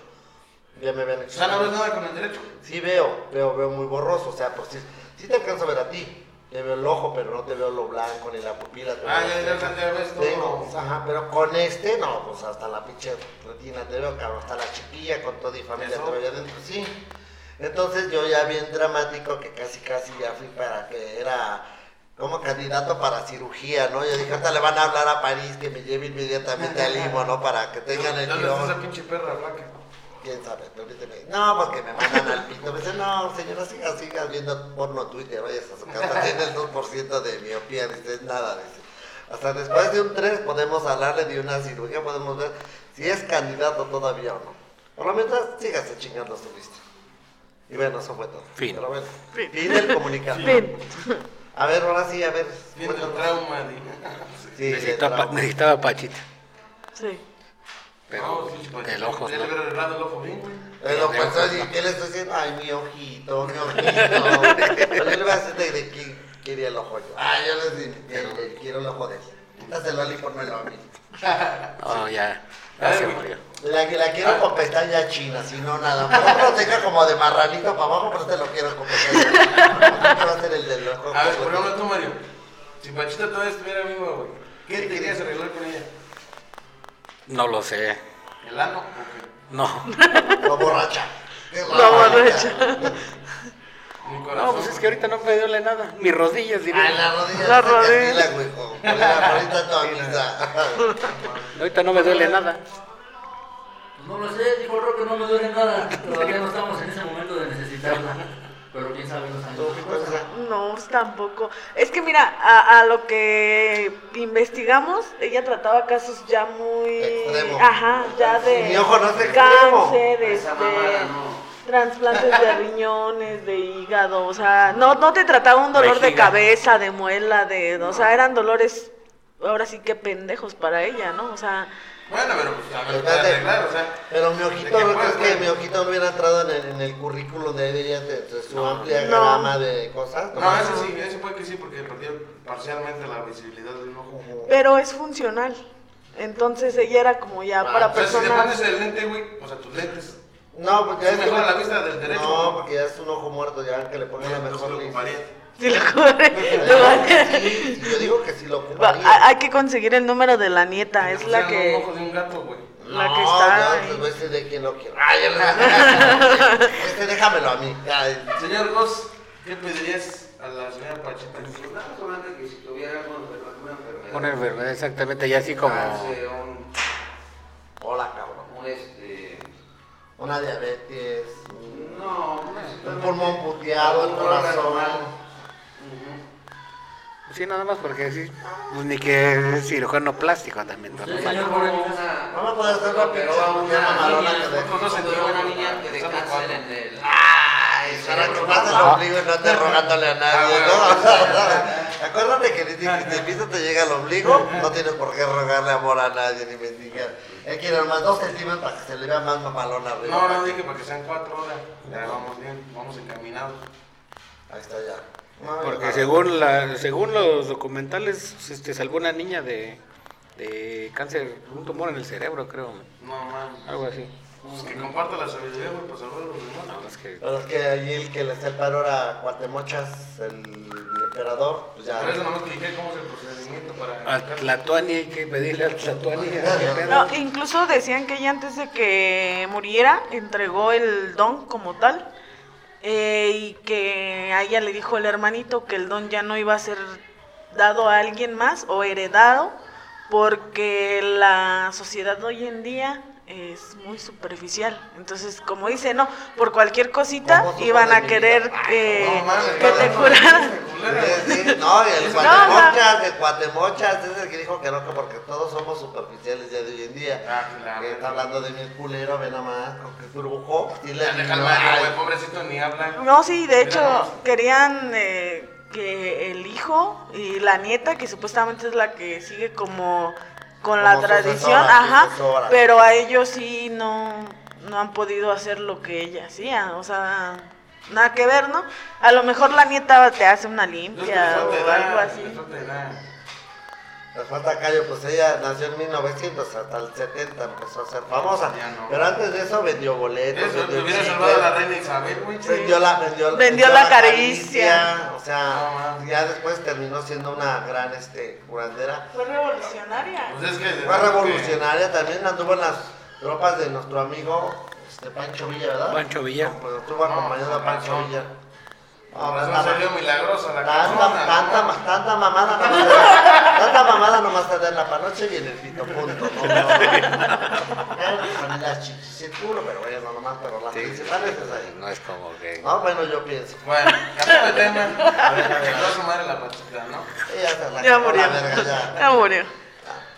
S2: Ya me habían
S6: O
S2: dicho.
S6: sea, no ves nada con el derecho.
S2: Sí veo, veo, veo muy borroso, o sea, pues sí, sí te alcanzo a ver a ti. Te veo el ojo, pero no te veo lo blanco ni la pupila. te
S6: Ah,
S2: veo-
S6: ya, ya, ya, ya ves todo.
S2: Tengo, ajá, pero con este no, pues hasta la pinche retina te veo, cabrón, hasta la chiquilla con todo y familia
S6: ¿Eso?
S2: te veo allá adentro, sí. Entonces yo ya bien dramático que casi casi ya fui para que era como candidato para cirugía, ¿no? Yo dije, ahorita le van a hablar a París que me lleve inmediatamente al limo, ¿no? Para que tengan el
S6: ¿Dónde está
S2: guión.
S6: esa pinche perra blanca?
S2: ¿Quién sabe? Pero ahorita me- No, porque me mandan al pito. Me dicen, no, señora, siga, siga viendo porno Twitter. Vayas a su casa, tiene el 2% de miopía. Dice, nada, dice. Hasta después de un 3 podemos hablarle de una cirugía, podemos ver si es candidato todavía o no. Por lo mientras, sígase chingando su vista. Y bueno, eso fue todo.
S1: Fin.
S2: Pero bueno,
S3: Fin.
S2: fin del comunicado.
S3: Fin.
S2: A ver, ahora sí, a ver.
S6: Tiene el
S2: cuéntanos.
S6: trauma, di.
S2: Sí, de
S1: necesitaba,
S2: trauma.
S1: pa- necesitaba Pachita.
S3: Sí.
S1: Pero el ojo
S6: Debe
S1: no.
S6: haber arreglado el ojo bien, güey.
S2: Eh, no, pues, oye, ¿qué le estoy diciendo? Ay, mi ojito, mi ojito. Pero yo le voy a decir de, de quién quería el ojo yo. Ah, yo les dije, quiero el ojo de él. Quítaselo al informe a mí.
S1: No, Oh, ya, ya
S6: Ay,
S1: se
S6: güey,
S1: murió.
S6: Yo
S2: La, la quiero con pestañas chinas, si no nada. Por lo tenga como de marranito para abajo, pero te lo quiero con pestañas chinas. Te va a hacer el del ojo.
S6: A ver, por ejemplo, tú, Mario. Si Pachita todavía estuviera viva, güey, ¿qué te querías arreglar con ella?
S1: No lo sé.
S6: ¿El ano? o
S1: No.
S2: Lo borracha. Qué
S3: Lo borracha.
S6: qué? Mi corazón.
S1: No, pues es que ahorita no me duele nada. Mis rodillas,
S2: Ah,
S1: diré.
S2: la rodilla.
S3: La
S2: La rodilla.
S3: rodilla.
S2: güey. con- con La rodilla toda misa.
S1: Ahorita no me duele nada.
S4: Pues No lo sé, dijo Roque, no me duele nada. Todavía no estamos en ese momento de necesitarla. Pero quién sabe los años. que pasan.
S3: No, pues, tampoco. Es que mira, a, a lo que investigamos, ella trataba casos ya muy...
S2: Extremo.
S3: Ajá, ya de...
S2: Mi ojo no es extremo.
S3: Cáncer, este,
S5: Esa mamada no.
S3: trasplantes de riñones, de hígado, o sea, no, no te trataba un dolor de
S1: Vejiga.
S3: cabeza, de muela, de... O sea, eran dolores, ahora sí que pendejos para ella, ¿no? O sea...
S6: Bueno, pero pues a ver, para
S2: Espérate.
S6: arreglar, o sea.
S2: Pero mi ojito,
S6: ¿De qué
S2: ¿no crees
S6: fue,
S2: que
S6: güey?
S2: mi ojito no hubiera entrado en el, en el currículum de ella de, de su amplia
S3: No.
S2: gama de cosas?
S6: No, eso sí, eso puede que sí, porque perdió parcialmente la visibilidad del ojo.
S3: Pero es funcional. Entonces ella era como ya
S2: Ah,
S3: para
S6: O sea, si te pones
S3: personas.
S6: el lente, güey, o sea, tus lentes,
S2: No, porque ya
S6: Es
S2: es
S6: mejor
S2: un-
S6: la vista del derecho.
S2: No, porque ya es un ojo muerto, ya que le pongan la
S6: entonces
S2: mejor
S6: lo
S2: lista.
S6: ocuparía.
S3: Sí, lo cubre. Lo
S2: Eh,
S3: cubre.
S2: sí, sí, Yo digo que sí lo
S3: Va-
S2: ocuparía.
S3: ha- Hay que conseguir el número de la nieta,
S6: Te
S3: es la
S6: pusieron un ojo
S3: que
S6: de un gato, güey.
S3: la que está
S2: No,
S3: ahí.
S2: no, pues ese de quien lo quiera. Ay, ya la- Este déjamelo a mí. Ay,
S6: Señor Goss, ¿qué pedirías a la señora Pachita?
S5: Estamos hablando de que si tuviera algo, pero alguna enfermedad.
S1: Una enfermedad exactamente, ya así como...
S5: cáncer, un,
S2: Hola, cabrón.
S5: un, este.
S2: Una diabetes.
S5: No,
S2: Un pulmón puteado, el
S5: Un órgano
S2: corazón.
S5: mal.
S1: Sí, nada más porque sí. Pues ni que es cirujano plástico también. ¿no?
S4: Sí,
S5: Ujú.
S4: señor.
S5: Una-
S2: No me puedo hacer la
S5: operó
S2: pinche
S5: a una
S2: mujer mamalona
S5: niña,
S2: que dejó.
S5: operó a una niña que de
S6: Empezamos
S5: cáncer
S6: cuatro.
S5: en el.
S2: Ay, Sara, que más el ombligo y no
S6: Ah,
S2: te rogándole a nadie, ¿no? Acuérdate que ni- ni- ni el piso te llega al ombligo, no tienes por qué rogarle amor a nadie ni mendigar. Él quiere más dos centímetros para que se le vea más mamalona arriba.
S6: No, no, dije para que sean cuatro horas. Ya vamos bien, vamos encaminados.
S2: Ahí está ya. No,
S1: Porque
S2: no.
S1: según la, según los documentales, este, salvó una niña de, de cáncer, un tumor en el cerebro, creo,
S6: No, man.
S1: algo así.
S6: Pues que comparta la sabiduría, güey, para salvar a los demás.
S1: No, es que-
S2: Pero es que ahí el que le separó era Cuatemochas, el emperador, pues ya.
S6: Por eso nomás te dije cómo es el procedimiento para...
S1: A Tlatuani hay que pedirle a Tlatuani. ¿qué pedo?
S3: No, incluso decían que ella antes de que muriera entregó el don como tal eh, y que a ella le dijo el hermanito que el don ya no iba a ser dado a alguien más o heredado porque la sociedad de hoy en día es muy superficial. Entonces, como dice, no, por cualquier cosita
S2: Como su
S3: iban a
S2: padre,
S3: querer
S2: mi vida.
S3: que,
S6: No mames,
S3: que te
S6: no,
S3: curaran.
S2: Sí, sí, No, y el
S3: No,
S2: Cuatemochas, el Cuatemochas es el que dijo que no, que porque todos somos superficiales ya de hoy en día.
S6: Ah, claro.
S2: Que está hablando de mí el culero, ve nada más, con que turbujó. Y le
S6: Ya
S2: digo,
S6: deja al Mario,
S2: ay,
S6: güey, pobrecito, ni habla.
S3: No, sí, de hecho
S6: Mira nomás.
S3: querían eh, que el hijo y la nieta, que supuestamente es la que sigue como con la
S2: Como
S3: tradición,
S2: sucesora,
S3: ajá,
S2: sucesora.
S3: pero a ellos sí no, no han podido hacer lo que ella hacía, o sea, nada que ver, ¿no? A lo mejor la nieta te hace una
S6: Dios, que
S3: limpia
S6: les falta
S3: o algo
S6: edad,
S3: así.
S6: les falta edad.
S2: nos falta callo, pues ella nació en 1900, hasta el 70 empezó a ser famosa.
S6: Ya no.
S2: Pero antes de eso vendió boletos,
S6: Eso, te
S2: vendió
S6: hubiera
S2: chicles,
S6: salvado a la reina Isabel, güey.
S2: Vendió la, vendió,
S3: Vendió la caricia.
S2: O sea,
S6: No, man.
S2: ya después terminó siendo una gran este, curandera.
S3: Fue revolucionaria.
S6: Pues es que...
S2: Fue revolucionaria, también anduvo en las tropas de nuestro amigo este, Pancho Villa, ¿verdad?
S1: Pancho Villa.
S2: No, Pues estuvo acompañado
S6: No,
S2: a Pancho
S6: Pancho.
S2: Villa. No,
S6: Ahora
S2: tanta-
S6: pues, salió milagrosa la
S2: Tanta,
S6: cabrona,
S2: tanta,
S6: ¿no?
S2: ma- tanta mamada nomás te da- tanta mamada nomás te da en la panoche y en el pito punto. ¿no? Con las chichis y el culo, pero bueno, nomás, pero las
S1: Sí,
S2: principales es ahí.
S1: no es como que...
S2: No, bueno, yo pienso.
S6: Bueno, cambiando de tema. A
S2: ver, a ver.
S6: su madre la pachita, ¿no?
S2: Ella se la
S3: Ya
S2: acabó
S3: murió.
S2: la verga, ya.
S3: Ya murió.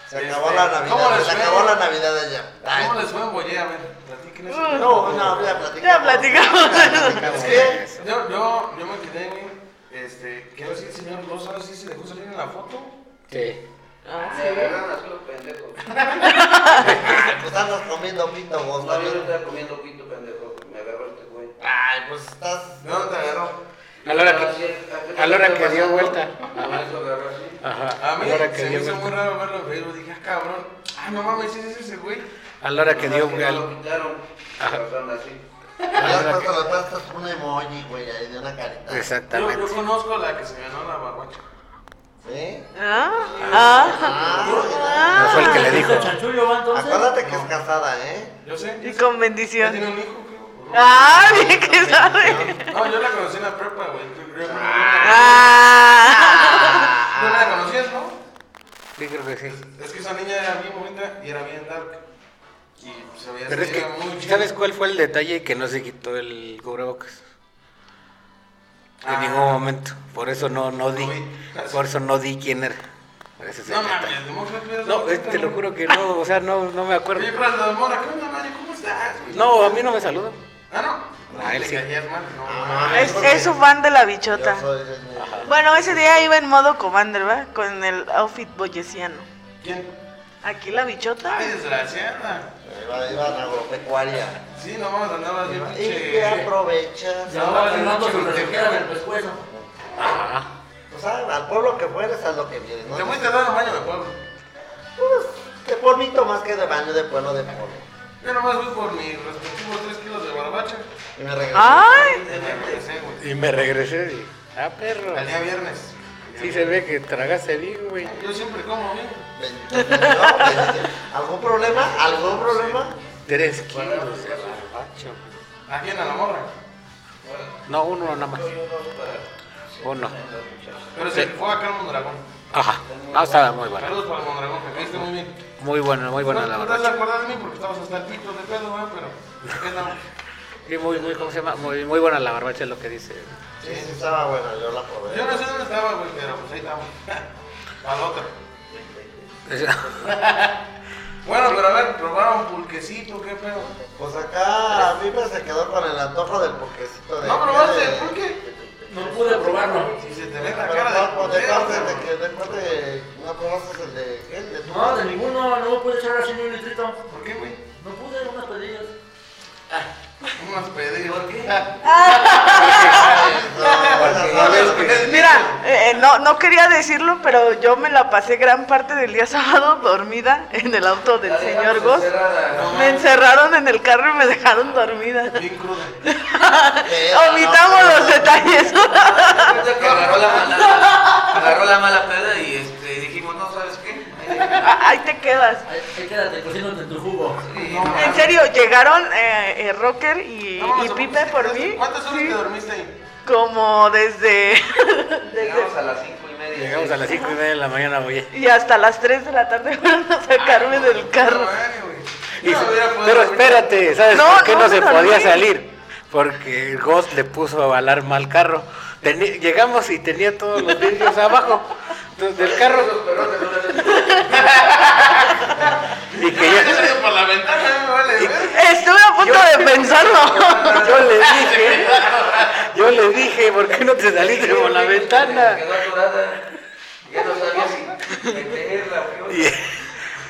S2: Se
S6: Este,
S2: acabó la
S6: ¿cómo
S2: Navidad,
S6: les
S2: se
S6: fue?
S2: acabó la Navidad allá. Ay,
S6: ¿Cómo les fue en Boyé? A ver, platíquenme. eso.
S3: Uh,
S2: No, no, ya platicamos.
S3: Ya platicamos.
S2: platicamos. ¿Qué?
S6: Yo, yo, yo me quedé, este, quiero decir, señor Dos, ahora sí se dejó salir en la foto.
S1: Sí.
S3: Ah,
S5: Se agarran así los pendejos.
S2: Ay, pues andas comiendo pito vos
S5: No, yo no
S2: también.
S5: estaba comiendo pito pendejo. Me agarró este güey.
S2: Ay, pues estás...
S6: ¿De dónde te agarró?
S1: A la hora
S5: Estaba
S1: que...
S5: así, apenas
S1: a la hora que
S5: estaba
S1: dio
S5: pasando,
S1: vuelta.
S5: nomás Ah, lo agarró así.
S1: Ajá.
S6: A mí
S1: a la hora que
S6: se me
S1: dio
S6: hizo
S1: vuelta.
S6: muy raro verlo en Facebook. Dije, ah, cabrón. Ah, no mames, ese es ese güey.
S1: A la hora que dio
S5: que
S1: un
S5: no lo
S1: gal.
S5: quitaron. pero son así.
S2: Ya hasta la pasta es un emoji, güey, ahí de una carita.
S6: Yo, yo
S1: Exactamente.
S6: conozco a la que se ganó la barbacha.
S2: ¿Sí?
S3: Ah, ah,
S2: Ah,
S1: No fue el que le
S4: ¿Es
S1: dijo.
S4: el chanchullo va entonces?
S2: Acuérdate que es casada, ¿eh?
S6: Yo sé. yo
S3: y
S6: sé.
S3: con
S6: Ya
S3: bendición.
S6: tiene un hijo, creo.
S3: Ah, bien que sabe.
S6: No, yo la conocí en la prepa, güey. Yo creo que-
S3: Ah,
S6: ¿No la conocías, no?
S1: Sí, creo que sí.
S6: Es que esa niña era bien bonita y era bien dark. Y pues, se veía
S1: Pero es
S6: así, era muy
S1: que,
S6: chida.
S1: ¿sabes cuál fue el detalle? Que no se quitó el cubrebocas. En
S6: Ah.
S1: ningún momento. Por eso no, no di.
S6: Uy, gracias.
S1: Por eso no di quién era. Ese es el
S6: No
S1: detalle.
S6: mames, demócrata.
S1: No, es- te lo juro que no, o sea, no, no me acuerdo.
S6: Oye, pero la mora, ¿qué onda, Mario? ¿Cómo estás? güey?
S1: No, a mí no me saludan.
S6: Ah, no.
S1: Ah, él
S6: Le
S1: sí.
S6: caías mal, no,
S2: Ah,
S6: mames.
S3: es, es su fan de la bichota.
S2: Yo soy de- de-
S3: Bueno, ese día iba en modo commander, ¿verdad? Con el outfit boyesiano.
S6: ¿Quién?
S3: Aquí la bichota.
S6: Ay, desgraciada.
S2: Iba, iba a la agropecuaria.
S6: Sí, no mames, andabas bien
S2: Y
S6: pinche.
S2: que aprovechas.
S4: Ya va tirando su refresquera del pescuezo.
S2: O sea, al pueblo que fueres, a lo que vienes, ¿no?
S6: Te fuiste a dar un baño de pueblo.
S2: De bonito más que de baño de pueblo de pueblo.
S6: Yo nomás voy por mis respectivos 3 kilos de barbacha.
S2: Y me regresé.
S3: Ay,
S6: Ya me regresé, güey.
S1: Y me regresé y. Ah, perro.
S6: Al día viernes.
S1: Sí se ve que tragaste bien, güey.
S6: Yo siempre como bien.
S2: Bendito Dios. ¿Algún problema? ¿Algún problema?
S1: Tres kilos de barbacho.
S6: ¿A quién? A la morra.
S1: No, uno nada más. Uno.
S6: Pero se fue acá al Mondragón.
S1: Ajá. No, estaba muy bueno.
S6: Saludos para el Mondragón, que caíste muy bien.
S1: Muy bueno, muy buena
S6: no,
S1: la
S6: no te vas a
S1: barbacha.
S6: acordar de mí porque estabas hasta el pito de pedo, ¿verdad? Pero, ¿qué tal?
S1: Sí, muy, muy, ¿cómo se llama? Muy, muy buena la barbacha es lo que dice.
S2: Sí, sí, estaba buena, yo la probé.
S6: Yo no sé dónde estaba, güey, pero pues ahí estaba. Al otro. Bueno, pero a ver, probaron pulquecito, qué pedo.
S2: Pues acá a mí me se quedó con el antojo del porquecito de.
S6: ¿No probaste
S2: de-
S6: el pulque?
S4: No pude probarlo.
S6: Si se te ve la
S2: Pero
S6: cara de
S2: no, pues, de parte de
S6: pulquero.
S2: que después de. No probaste el de. ¿El de tu
S4: No, de ninguno, no pude echar así ni un litrito.
S6: ¿Por qué, güey?
S4: No pude, unas pedillas.
S6: Unos pedidos. ¿Por qué?
S2: Porque ya ves que-
S3: mira, eh, eh, no, no quería decirlo, pero yo me la pasé gran parte del día sábado dormida en el auto del señor Goss. Me encerraron en el carro y me dejaron dormida.
S6: Bien cruda.
S3: Omitamos los detalles.
S5: Resulta que agarró la mala, agarró la mala peda y este, dijimos, no, ¿sabes qué? Ahí déjala.
S3: Ahí te quedas.
S4: Ahí ahí quédate cociéndote tu jugo.
S3: En serio, llegaron eh, eh, Rocker y,
S6: No,
S3: y
S6: mames,
S3: Pipe por
S6: ¿cuántas-
S3: mí.
S6: ¿Cuántas horas
S3: Sí,
S6: te dormiste ahí?
S3: Como desde,
S5: Llegamos
S3: desde-
S5: a las cinco y media.
S1: Llegamos a las cinco y media de la mañana, güey.
S3: Y hasta las 3 de la tarde fueron a sacarme del carro.
S1: Y- pero espérate, ¿sabes
S3: No,
S1: por qué no,
S3: no me
S1: se
S3: dormí.
S1: podía salir? Porque el Ghost le puso alarma al carro. Teni- llegamos y tenía todos los vidrios abajo de- del carro. y que yo,
S6: por la ventana, me vale. ver.
S3: Estuve a punto de pensarlo.
S1: yo le dije, yo le dije, ¿por qué no te saliste por la ventana?
S5: Quedó atorada. Ya no sabía si meterla,
S1: Y,
S5: güey.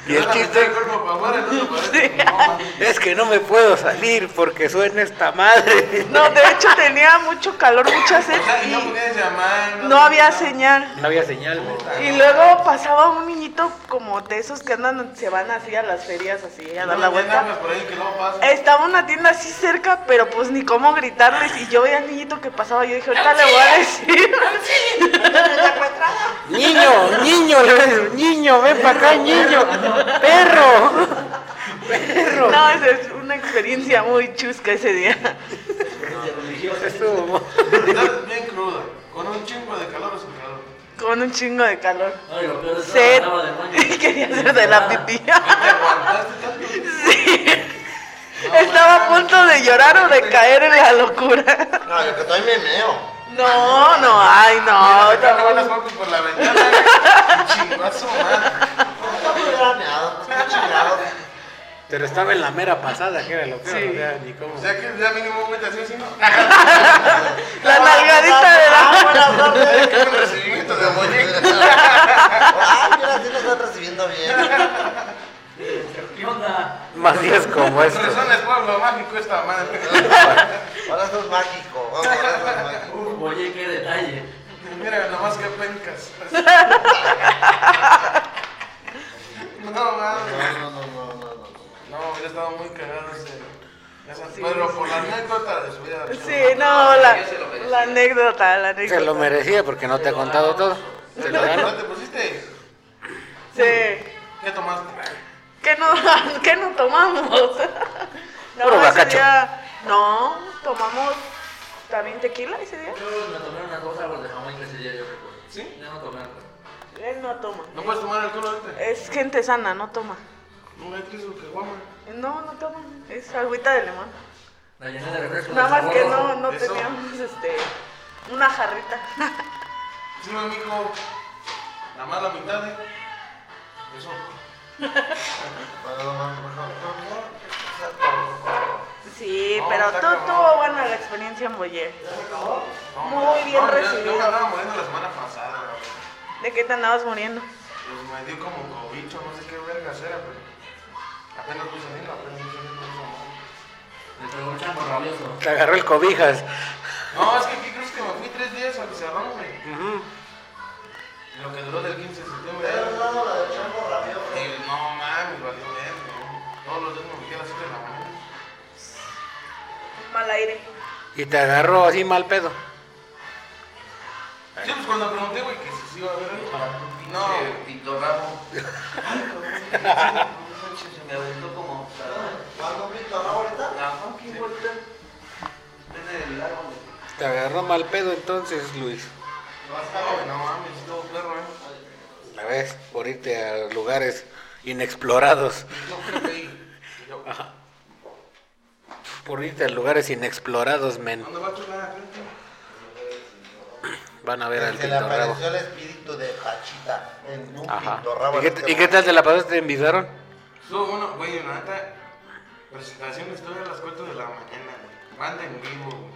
S1: y el chiste
S6: El cuerpo para afuera, el otro para adentro. No, mames.
S1: es que no me puedo salir porque suena esta madre.
S3: No, de hecho tenía mucho calor, mucha sed
S6: O sea, y no
S3: y
S6: podías llamar.
S3: no había señal.
S1: No había señal, güey.
S3: Y luego pasaba un niñito como de esos que andan, se van así a las ferias, así a dar la
S6: No, ya
S3: vuelta.
S6: andas por ahí que luego pasa.
S3: Estaba una tienda así cerca, pero pues ni cómo gritarles. Y yo veía al niñito que pasaba. Yo dije, ahorita le voy a decir.
S1: Niño, niño, le ves, niño, ven para acá, niño, perro. Perro.
S3: No, esa es una experiencia muy chusca ese día.
S1: Estuvo mo-
S6: Estás bien cruda, con un chingo de calor o sin calor.
S3: Con un chingo de calor.
S4: No, y lo peor es que
S3: Sed.
S4: andaba del baño.
S3: Y quería hacer de la pipí.
S6: ¿Te aguantaste tanto?
S3: Estaba a punto de llorar o de caer en la locura.
S2: No, yo que estoy me meo.
S3: No, no, ay,
S6: Mira,
S3: no.
S6: sacaron
S3: tampoco.
S6: las fotos por la ventana. güey. Chingazo, madre.
S2: No me hubiera meado, no me chingado.
S1: Pero estaba en la mera pasada, que era lo peor,
S3: Sí.
S1: o sea, ni cómo.
S6: O sea que ya mínimo un así, así, ¿no? Ah,
S3: La nalgadita de la.
S2: Ah, buenas tardes.
S6: Un recibimiento de muñeca.
S2: Ah, mira, sí lo están recibiendo bien. Ah,
S4: ¿Qué onda?
S1: Más días como
S6: Por
S1: esto.
S6: razón es pueblo mágico esta madre.
S2: Ahora eso es mágico. Ahora eso es mágico.
S4: Uf, oye, qué detalle.
S6: Mira, nomás que pencas. No, madre.
S2: No, no, no, no, no, no.
S6: No, hubiera estado muy cagado ese. esa- pero por la anécdota de su vida.
S3: Sí, no, la, la anécdota, la anécdota.
S1: Se lo merecía porque no te ha contado todo. Se lo ganó.
S6: ¿Te pusiste?
S3: Sí.
S6: ¿Qué tomaste?
S3: ¿Qué no, qué no tomamos? no,
S1: Puro
S3: ese
S1: bacacho.
S3: día- no, tomamos también tequila ese día.
S4: Yo me tomé unas dos aguas de jamón que ese día yo recuerdo.
S6: ¿Sí?
S4: Ya no tomé alcohol.
S3: Él no toma.
S6: ¿No puedes tomar alcohol ahorita?
S3: Es gente sana, no toma.
S6: No, es que es lo que guama.
S3: No, no toma. Es agüita de limón.
S4: La llené de refresco.
S3: Nada
S4: de
S3: más
S4: sabor
S3: que
S4: rojo.
S3: no, no
S6: eso.
S3: teníamos este, una jarrita.
S6: Sí, mi amigo. Nada más la mitad, ¿eh? Eso.
S3: sí,
S6: No,
S3: pero
S6: está
S3: todo
S6: cabrón.
S3: estuvo buena la experiencia en Boyer. Muy bien
S6: yo-
S3: recibido.
S6: Yo me andaba muriendo la semana pasada, güey.
S3: ¿De qué te andabas muriendo?
S6: Pues me dio como cobicho, no sé qué verga era, pero apenas puse salir, apenas puse salir con esa madre.
S4: Me pegó un chamo rabioso.
S1: Te agarró el cobijas.
S6: No, es que aquí crees que me fui tres días al cerrón, güey. Lo que duró del 15 de septiembre. Y no mames, valió ver, ¿no? Todos los días me metí a las 7 de la mañana.
S3: Mal aire.
S1: Y te agarró así mal pedo.
S6: Sí, pues cuando pregunté, güey, que si sí iba a haber algo. No,
S5: Eh, Pinto Ramo. Ay, cabrón, Se me aventó como. La fucking vuelta. Ven el árbol.
S1: Te agarró mal pedo entonces, Luis.
S6: no, Ah, güey, no mames, estuvo perro, ¿eh?
S1: La ves, por irte a lugares inexplorados.
S6: No creo que ahí. Yo,
S1: Por irte a lugares inexplorados, men.
S6: ¿Dónde va a chupar gente?
S1: Van a ver al
S2: Se le
S1: pintorrabo.
S2: apareció el espíritu de Pachita en un
S1: Ajá.
S2: pintorrabo.
S1: ¿Y qué, y qué tal te la pasaste? ¿Te invitaron?
S6: Estuvo bueno, güey, la neta. Presentación estuve a las 4 de la mañana, güey. Banda en vivo, güey.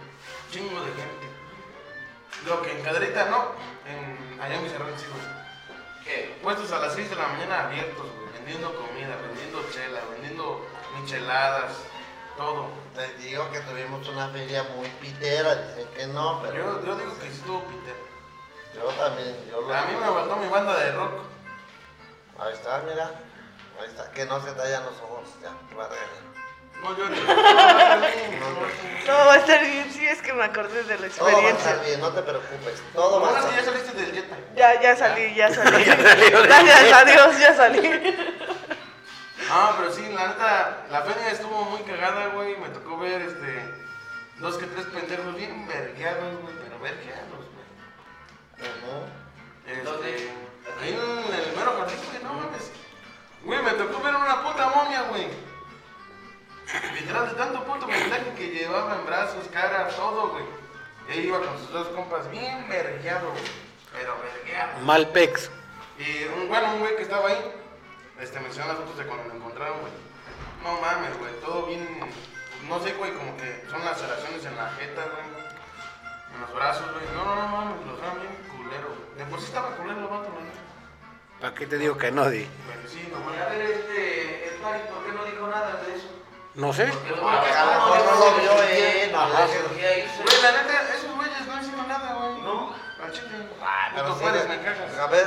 S6: Chingo de gente. Lo que en Cadrita no, en allá en Cerrón sí, güey.
S5: ¿Qué?
S6: Puestos a las 6 de la mañana abiertos, güey. Vendiendo comida, vendiendo chela, vendiendo micheladas, todo.
S2: Te digo que tuvimos una feria muy pitera, dicen que no, pero
S6: Yo, yo digo que sí estuvo Peter.
S2: yo también, yo lo-
S6: A mí me faltó mi banda de rock.
S2: Ahí está, mira. Ahí está, que no se tallan los ojos, ya, te va a regañar.
S6: No llores. No, no,
S3: No, va a estar bien, sí, es que me acordé de la
S2: Todo va a
S3: experiencia.
S2: estar bien, no te preocupes, todo
S6: no.
S2: va a
S6: Ahora sí ya
S2: estar bien.
S6: saliste del Jetta.
S3: Ya, ya salí, ya salí.
S1: Ya salió de-
S3: Gracias a Dios, ya salí.
S6: Ah, pero sí, la neta, la feria estuvo muy cagada, güey. Me tocó ver, este, dos que tres pendejos bien vergueados, güey, pero vergueados, güey.
S2: Ujú.
S6: Este, ahí en el mero jardín, güey, no mames. Güey, me tocó ver una puta momia, güey. Literal, de tanto puto mensaje que llevaba en brazos, cara, todo, güey. Y ahí iba con sus dos compas bien vergueado, güey. Pero vergueado.
S1: Malpex.
S6: Y un, bueno, un güey que estaba ahí, este, menciona las fotos de cuando lo encontraron, güey. No mames, güey, todo bien, no sé, güey, como que son laceraciones en la jeta, güey. En los brazos, güey. No, no, no mames, lo dejaron bien culero, güey. De por sí estaba culero el vato, güey.
S1: ¿Para qué te digo que no, Di?
S6: Pero sí, no
S5: A ver, este. El Tari, ¿por qué no dijo nada de eso?
S1: No sé.
S5: Porque
S2: A
S5: que
S2: lo
S5: estaba-
S2: mejor no lo vio él, ajá.
S5: Porque ahí se-
S6: Güey, la neta, esos güeyes no hicieron nada, güey.
S5: No.
S6: Al chile.
S2: Pero
S6: Puto
S2: sí,
S6: Juárez, me cagas.
S2: A ver,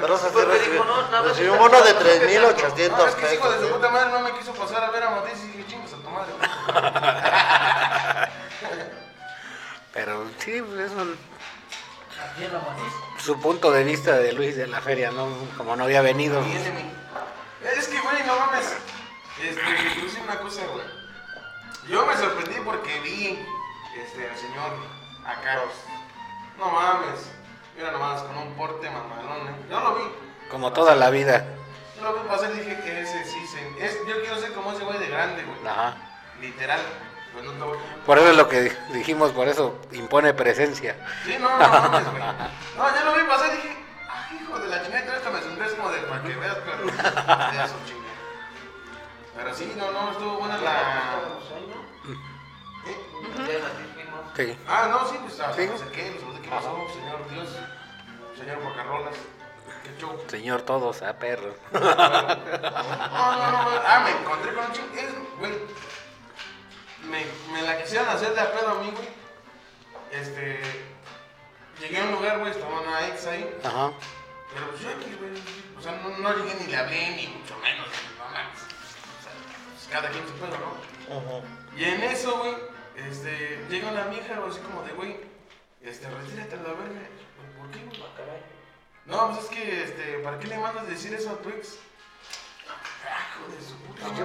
S2: pero eso sí
S5: Porque
S2: recibió-
S5: dijo, no, nada más
S2: recibió
S5: está-
S2: uno de
S6: No,
S2: 3.800
S6: es que ese hijo de su
S2: pesos.
S6: puta madre no me quiso pasar a ver a Matiz y dije, chingas a tu madre.
S1: Pero sí, pues, es un-
S4: Aquí en la matiz.
S1: su punto de vista de Luis de la feria, ¿no? Como no había venido.
S6: Miénteme. Es que, güey, no mames. Este, te voy a decir una cosa, güey. Yo me sorprendí porque vi este, al señor a Caros. No mames. Mira nomás, con un porte mamalón, ¿eh? Yo lo vi.
S1: Como toda la vida.
S6: Yo lo vi pasar y dije que ese sí se. es- yo quiero ser como ese güey de grande, güey.
S1: Ajá.
S6: Literal. Pues no te voy a-
S1: Por eso es lo que di- dijimos, por eso impone presencia.
S6: Sí, no, no mames, güey. No, yo lo vi pasar y dije, ay, hijo de la chingada, esto me sonríes como de para que veas, pero de su chingada. Pero sí, no, no, estuvo buena la. ¿Eh?
S5: Ya en Matiz fuimos.
S1: Sí.
S6: Ah, no, sí, pues ah,
S1: Sí.
S6: no sé qué, no sé qué pasó, señor Dios, señor Guacarrolas, qué show.
S1: Señor todos, a perro.
S6: No, no, no, no. Ah, me encontré con un chingo. es- Güey. Me, me la quisieron hacer de a pedo a mí, güey. Este. Llegué a un lugar, güey, estaba una ex ahí.
S1: Ajá.
S6: Pero pues yo aquí, güey. O sea, no, no llegué ni le hablé, ni mucho menos. No mames. cada quien su pedo, ¿no?
S2: Ujú.
S6: Y en eso, güey, este, llega la mija, güey, así como de, güey, este, retírate a la verga. Güey, ¿Por qué, güey? No, pues es que, este, ¿para qué le mandas decir eso a tu ex? Ah, Hijo de su puta madre.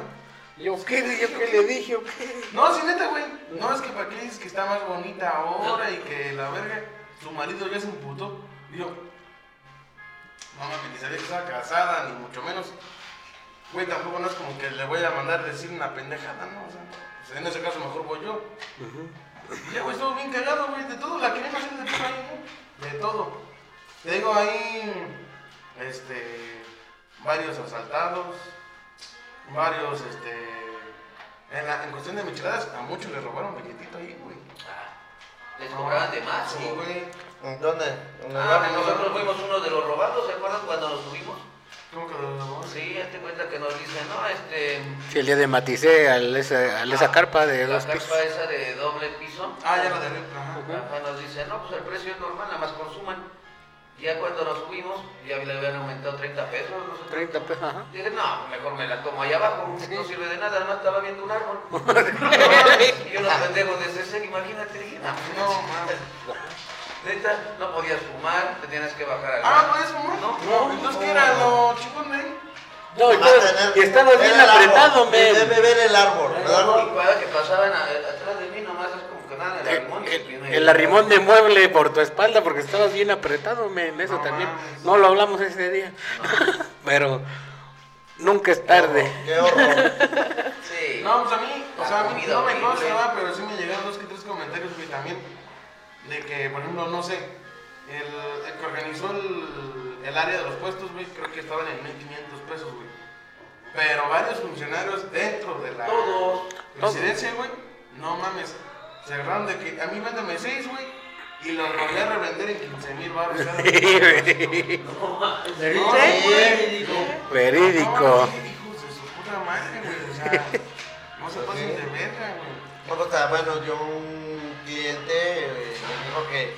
S1: Yo qué, yo qué le dije, yo qué.
S6: No, sí, neta, güey. No, es que para qué dices que está más bonita ahora y que la verga, su marido ya es un puto. Digo, no mames, ni sabía que estaba casada, ni mucho menos. Güey, tampoco no es como que le voy a mandar decir una pendejada, ¿no? O sea, pues, en ese caso mejor voy yo. Y ya, güey, estuvo bien cagado, güey, de todo, la quería hacer de todo ahí, ¿no? De todo. Te digo, ahí, este, varios asaltados, varios, este, en, la- en cuestión de micheladas, a muchos les robaron billetito ahí, güey.
S5: Les cobraban de más,
S6: Sí,
S5: sí.
S6: güey.
S2: ¿En ¿Dónde? ¿En el
S5: Ah,
S2: barrio?
S5: nosotros fuimos uno de los robados, ¿se acuerdan cuando nos subimos?
S6: ¿Cómo que los robaron?
S5: Sí, este cuenta que nos dice, no, este...
S1: Sí, el día de maticé al esa, al esa carpa de
S5: La
S1: dos
S5: carpa
S1: pisos.
S5: esa de doble piso.
S6: Ah, ya lo de arriba, ajá.
S5: Ajá, nos dice, no, pues el precio es normal, nada más consuman. Ya cuando nos subimos, ya le habían aumentado 30 pesos. no sé.
S1: 30 pesos, ajá.
S5: Dije, no, mejor me la como allá abajo, no sirve de nada, además estaba viendo un árbol. y unos pendejos de César, imagínate, dije, no, pues,
S6: No, mames.
S5: neta, no podías fumar, te tienes que bajar al
S6: Ah,
S5: baño.
S6: ¿no es mamá?
S5: No.
S6: No, entonces, ¿qué era lo chingón de ahí?
S1: No,
S2: Nomás tener-
S1: y estaba
S2: ver
S1: bien
S2: el árbol.
S1: apretado,
S2: Debe
S1: men.
S2: ver el árbol. El
S5: Y
S2: árbol.
S5: cada que pasaban a- atrás de mí, nomás es como que nada, el arrimón. y
S1: El,
S5: viene-
S1: el arrimón de mueble por tu espalda porque estabas bien apretado, men. Eso
S6: No
S1: también.
S6: mames.
S1: No lo hablamos ese día. Pero nunca es tarde.
S2: Qué horror.
S5: Sí.
S6: No, pues a mí, o sea, a mí
S5: Comida
S6: no me
S5: horrible.
S6: consta, ¿verdad? pero sí me llegaron dos que tres comentarios, güey, también. De que, por ejemplo, no sé, el, el que organizó el, el área de los puestos, güey, creo que estaban en 1500 pesos, güey. Pero varios funcionarios dentro de la
S5: Todos.
S6: residencia, güey, no mames, cerraron de que a mí véndeme seis, güey, y los volví a revender en 15 mil baros. cada
S1: Sí, güey.
S6: uno.
S4: Verídico,
S6: Sí.
S4: verídico.
S1: Verídico.
S6: No, sí, hijos de su puta madre, güey, o sea, no se pasen de verga, güey.
S2: Bueno, o sea, bueno, yo un cliente eh, me dijo que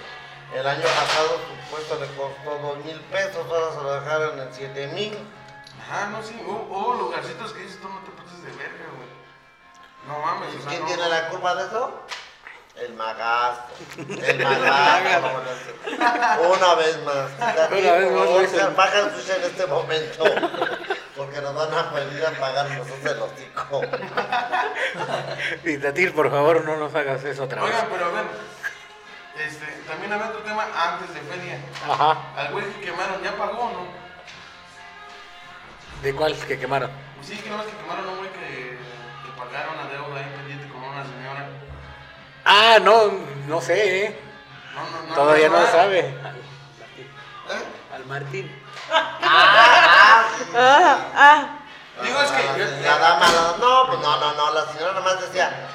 S2: el año pasado su puesto le costó dos mil pesos, ahora se lo dejaron en siete mil.
S6: Ajá, no, sí. Hubo hubo lugarcitos que dices tú no te pases de verga, güey. No mames, o sea,
S2: ¿Quién
S6: no.
S2: tiene la culpa de eso? El magasto. El magasto. como lo hace. Una vez más.
S1: Una vez más,
S2: O sea,
S1: dicen.
S2: baja sucia en este momento. Porque nos van a venir a pagar nosotros el hocico.
S1: Y Tatil, por favor, no nos hagas eso otra vez.
S6: Oigan, pero a ver. Este, también había otro tema antes de feria.
S1: Ajá.
S6: Al güey que quemaron, ¿ya pagó o no?
S1: ¿De cuál que quemaron?
S6: Pues sí, que no es que quemaron a un güey que, que pagaron la deuda ahí pendiente con una señora.
S1: Ah, no, no sé, ¿eh?
S6: No, no, no.
S1: Todavía no
S6: ¿verdad?
S1: sabe.
S6: ¿Eh?
S1: Al Martín.
S3: Ah, ah.
S6: Digo, es que
S2: Ah,
S6: yo-
S2: La dama, la- no, pues no, no, no, la señora nomás decía,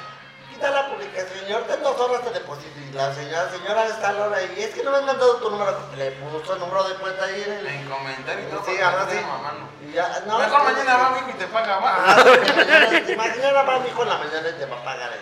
S2: quita la publicación, señor, ten dos horas de depósito. Y la señora, señora, está a la hora y es que no me han mandado tu número, le puso el número de cuenta ahí en el...
S6: En comentario y todo.
S2: Sí,
S6: para
S2: ahora
S6: que
S2: sí.
S6: esté mamando.
S2: Y ya, no,
S6: Mejor
S2: pues,
S6: mañana va, mijo, y te paga,
S2: Ah,
S6: va.
S2: sí, mañana- mañana va mi hijo en la mañana y te va a pagar él.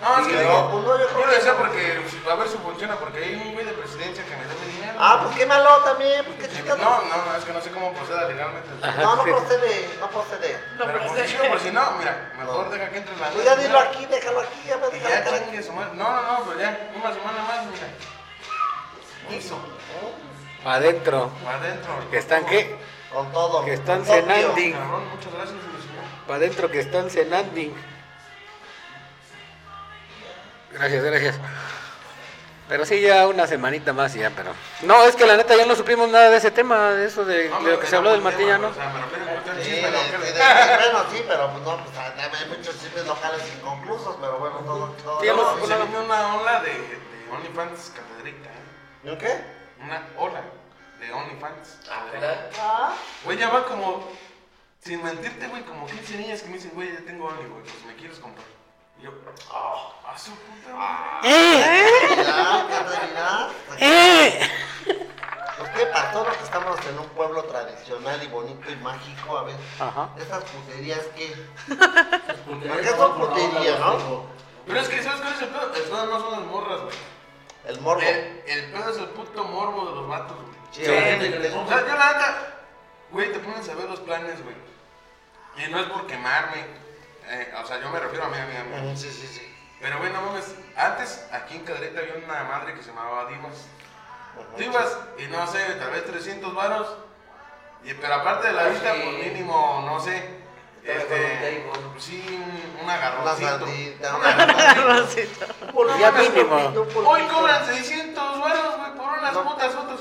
S6: No, es que
S2: Pero,
S6: digo,
S2: pues, no, yo creo
S6: yo lo
S2: que-
S6: decía porque, pues, a ver si funciona, porque hay un güey de presidencia que me debe dinero.
S2: Ah, pues qué malo también, pues qué
S6: Sí,
S2: chica.
S6: No, no, no, es que no sé cómo proceda legalmente.
S2: no, no
S1: sí.
S2: procede, no procede.
S3: No
S6: Pero por si,
S3: procede.
S6: por si no, mira, mejor deja que entre en la
S2: Pues ya
S6: ley,
S2: dilo
S6: mira,
S2: aquí, déjalo aquí, ya me
S6: y
S2: deja la
S6: ya
S2: cara.
S6: chingue su madre. No, no, no, pero ya, una semana más, mira. Hizo,
S1: Adentro.
S6: para adentro.
S1: ¿Que están qué?
S2: Con todo.
S1: Que están
S2: con todo, tío.
S1: cenando.
S6: Cabrón, muchas gracias, mi señor.
S1: Para adentro que están cenando. Gracias, gracias. Pero sí, ya una semanita más y ya, pero... No, es que la neta ya no supimos nada de ese tema, de eso, de,
S6: No,
S1: de
S6: me
S1: Eh, lo que se habló
S6: refiero
S1: del
S6: a un
S1: Martín,
S6: tema,
S1: ya no.
S6: O sea, me refiero a
S2: Sí,
S6: cuestión
S2: de- de-
S6: de chisme local.
S2: de- bueno, sí, pero pues no, pues hay muchos chismes locales inconclusos, pero bueno, todo, todo.
S1: Sí, ya
S6: No,
S1: no-
S6: y se viene una ola de, de OnlyFans catedrita, ¿eh?
S2: ¿Y un qué?
S6: Una ola de OnlyFans.
S5: Ah, ¿verdad?
S3: Ah,
S6: Güey, ya va como, sin mentirte, güey, como 15 niñas que me dicen, güey, ya tengo Only, güey, pues me quieres comprar. Y yo, ah, a su puta madre.
S1: ¡Eh!
S2: Ya, ya terminar.
S1: ¡Eh!
S2: Pues qué pasó, ¿no? que estamos en un pueblo tradicional y bonito y mágico, a ver.
S1: Ajá.
S2: Estas puterías que.
S4: Putería,
S2: Acá son
S4: no, por la
S2: putería,
S4: onda,
S2: ¿no?
S4: pendejo.
S6: Pero es que, ¿sabes cuál es el pedo? El pedo no son las morras, güey.
S2: El morbo.
S6: El, el pedo es el puto morbo de los vatos, güey.
S2: Sí,
S4: Sí,
S2: la
S4: sí,
S2: gente
S4: sí.
S2: que-
S6: O sea, yo la neta, güey, te pones a ver los planes, güey. Y no es por quemarme. Eh, o sea, yo me refiero a mí, a mí, a mí.
S2: Sí, sí, sí.
S6: Pero bueno, mames, antes aquí en Calderita había una madre que se llamaba Divas.
S2: Ajá.
S6: Divas, y no sé, tal vez 300 varos. Y, pero aparte de la vista,
S5: Sí.
S6: pues mínimo, no sé.
S5: Estaba con
S6: Este,
S5: un table.
S6: sí, un, un
S2: Una
S6: agarroncito.
S2: sandita,
S6: Un
S2: una-
S6: agarroncito.
S3: Rosita.
S2: Por
S1: Ya
S2: mames,
S1: mínimo.
S2: por- no, por-
S6: Hoy cobran 600 varos, güey, por unas putas fotos.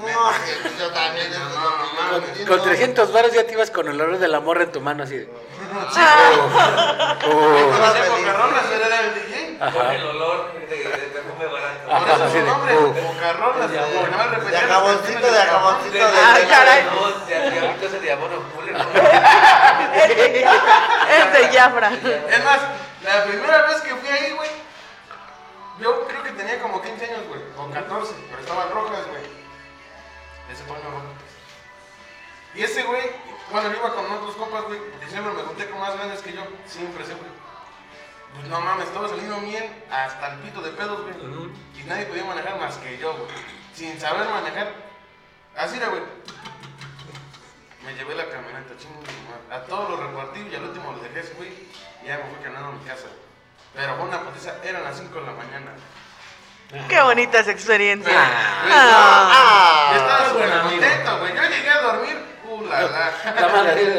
S2: No, sí, yo también. eso es lo que yo
S6: No,
S2: no
S6: con-
S2: entiendo.
S1: Con 300 varos ya te ibas con el olor de la morra en tu mano así. de,
S3: Ah,
S6: En
S1: "Oh".
S6: las épocas rolas era el DJ.
S5: Con el olor de, de perfume barato.
S6: Por
S1: Ajá,
S6: eso
S1: así
S6: su
S1: de,
S6: nombre,
S1: "Oh".
S6: Bocarrolas, güey, nada más
S2: De
S6: repetían las
S2: jaboncito,
S6: canciones
S2: de
S6: jabón.
S2: jaboncito, de
S3: Ay, caray.
S5: No, de ahorita se le llamó los culeros.
S3: Es de Jafra. Es de Jafra.
S6: Es más, la primera vez que fui ahí, güey, yo creo que tenía como 15 años, güey, o 14, pero estaban rojas, güey. Ese Toño Rojas. Y ese güey, bueno, yo iba con otros compas, güey, porque siempre me junté con más grandes que yo, siempre, siempre. Pues no mames, estaba saliendo bien hasta el pito de pedos, güey. Y nadie podía manejar más que yo, güey. Sin saber manejar. Así era, güey. Me llevé la camioneta, chingo, de su madre. a todos los repartí y al último los dejé, güey. Y ya me fui caminando a mi casa. Pero fue una putiza, eran las 5 de la mañana.
S3: Qué bonita esa experiencia.
S6: Ah.
S3: Ah.
S6: Yo
S2: Ah,
S6: estaba
S4: buen
S6: súper
S4: amigo.
S6: contento, güey. Yo llegué a dormir, uh, la, la.
S1: La madre así,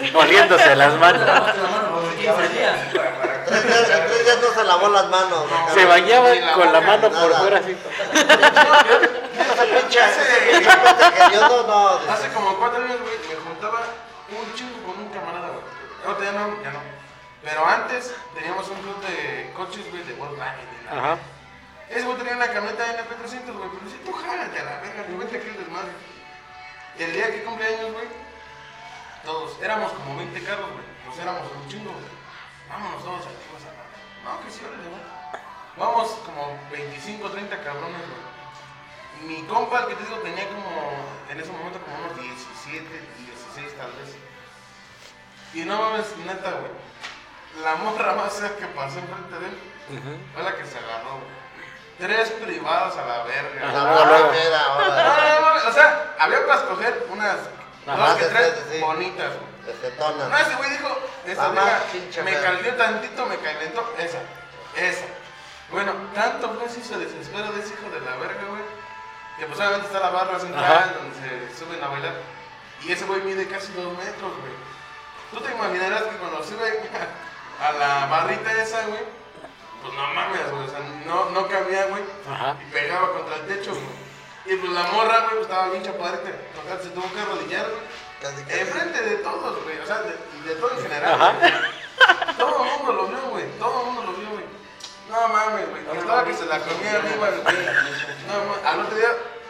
S1: así. Oliéndose las manos.
S4: Lavaste la mano por 15 días.
S2: tres días- en tres días no se lavó las manos. ¿no?
S1: Se bañaba
S6: Ni la
S1: con la
S6: boca,
S1: mano por
S2: nada.
S1: fuera así.
S2: Ese pinche-
S6: Ese-
S2: ese pinche puente que yo no, no, de-
S6: Hace como cuatro años, güey, me juntaba un chingo con un camarada, güey. Ahorita ya no, ya no. Pero antes teníamos un club de coches, güey, de Volkswagen. de la-
S1: Ajá.
S6: Ese güey tenía una camioneta NP300, güey, pero dice, tú jálate a la verga, que vete aquí el desmadre. El día que cumplí años, güey, todos, éramos como 20 carros, güey, pues éramos un chingo, güey. Vámonos todos a Chivas a la No, que sí, órale, güey. Vamos como 25, 30 cabrones, güey. Mi compa, el que te digo, tenía como, en ese momento, como unos 17, 16 tal vez. Y no mames, neta, güey. La morra más fea que pasó enfrente de él fue la que se agarró, güey. Tres privadas a la verga.
S2: La
S1: Ajá.
S2: primera,
S6: No,
S2: ahora.
S6: no, no, mames, o sea, había para escoger unas
S2: Ajá,
S6: dos que
S2: sí,
S6: tres
S2: sí, sí.
S6: bonitas, güey.
S2: Recetona.
S6: No, ese güey dijo, esa
S2: Mamá,
S6: vieja
S2: pinche
S6: me
S2: madre.
S6: calentó tantito, me calentó, esa, esa. Bueno, tanto fue así su desespero de ese hijo de la verga, güey, que pues obviamente está la barra central
S1: Ajá.
S6: donde se suben a bailar, y ese güey mide casi dos metros, güey. Tú te imaginarás que cuando sube a la barrita esa, güey, pues no mames, güey, o sea, no, no cabía, güey.
S1: Ajá.
S6: Y pegaba contra el techo, güey. Y pues la morra, güey, pues, estaba bien chapadita. Total, se tuvo que arrodillar, güey.
S2: Casi, casi.
S6: Enfrente de todos, güey. O sea, de, de todo en general.
S1: Ajá.
S6: güey. Todo el mundo lo vio, güey. Todo el mundo lo vio, güey. No mames, güey. Estaba que se la comía arriba, güey. No mames. Al otro día,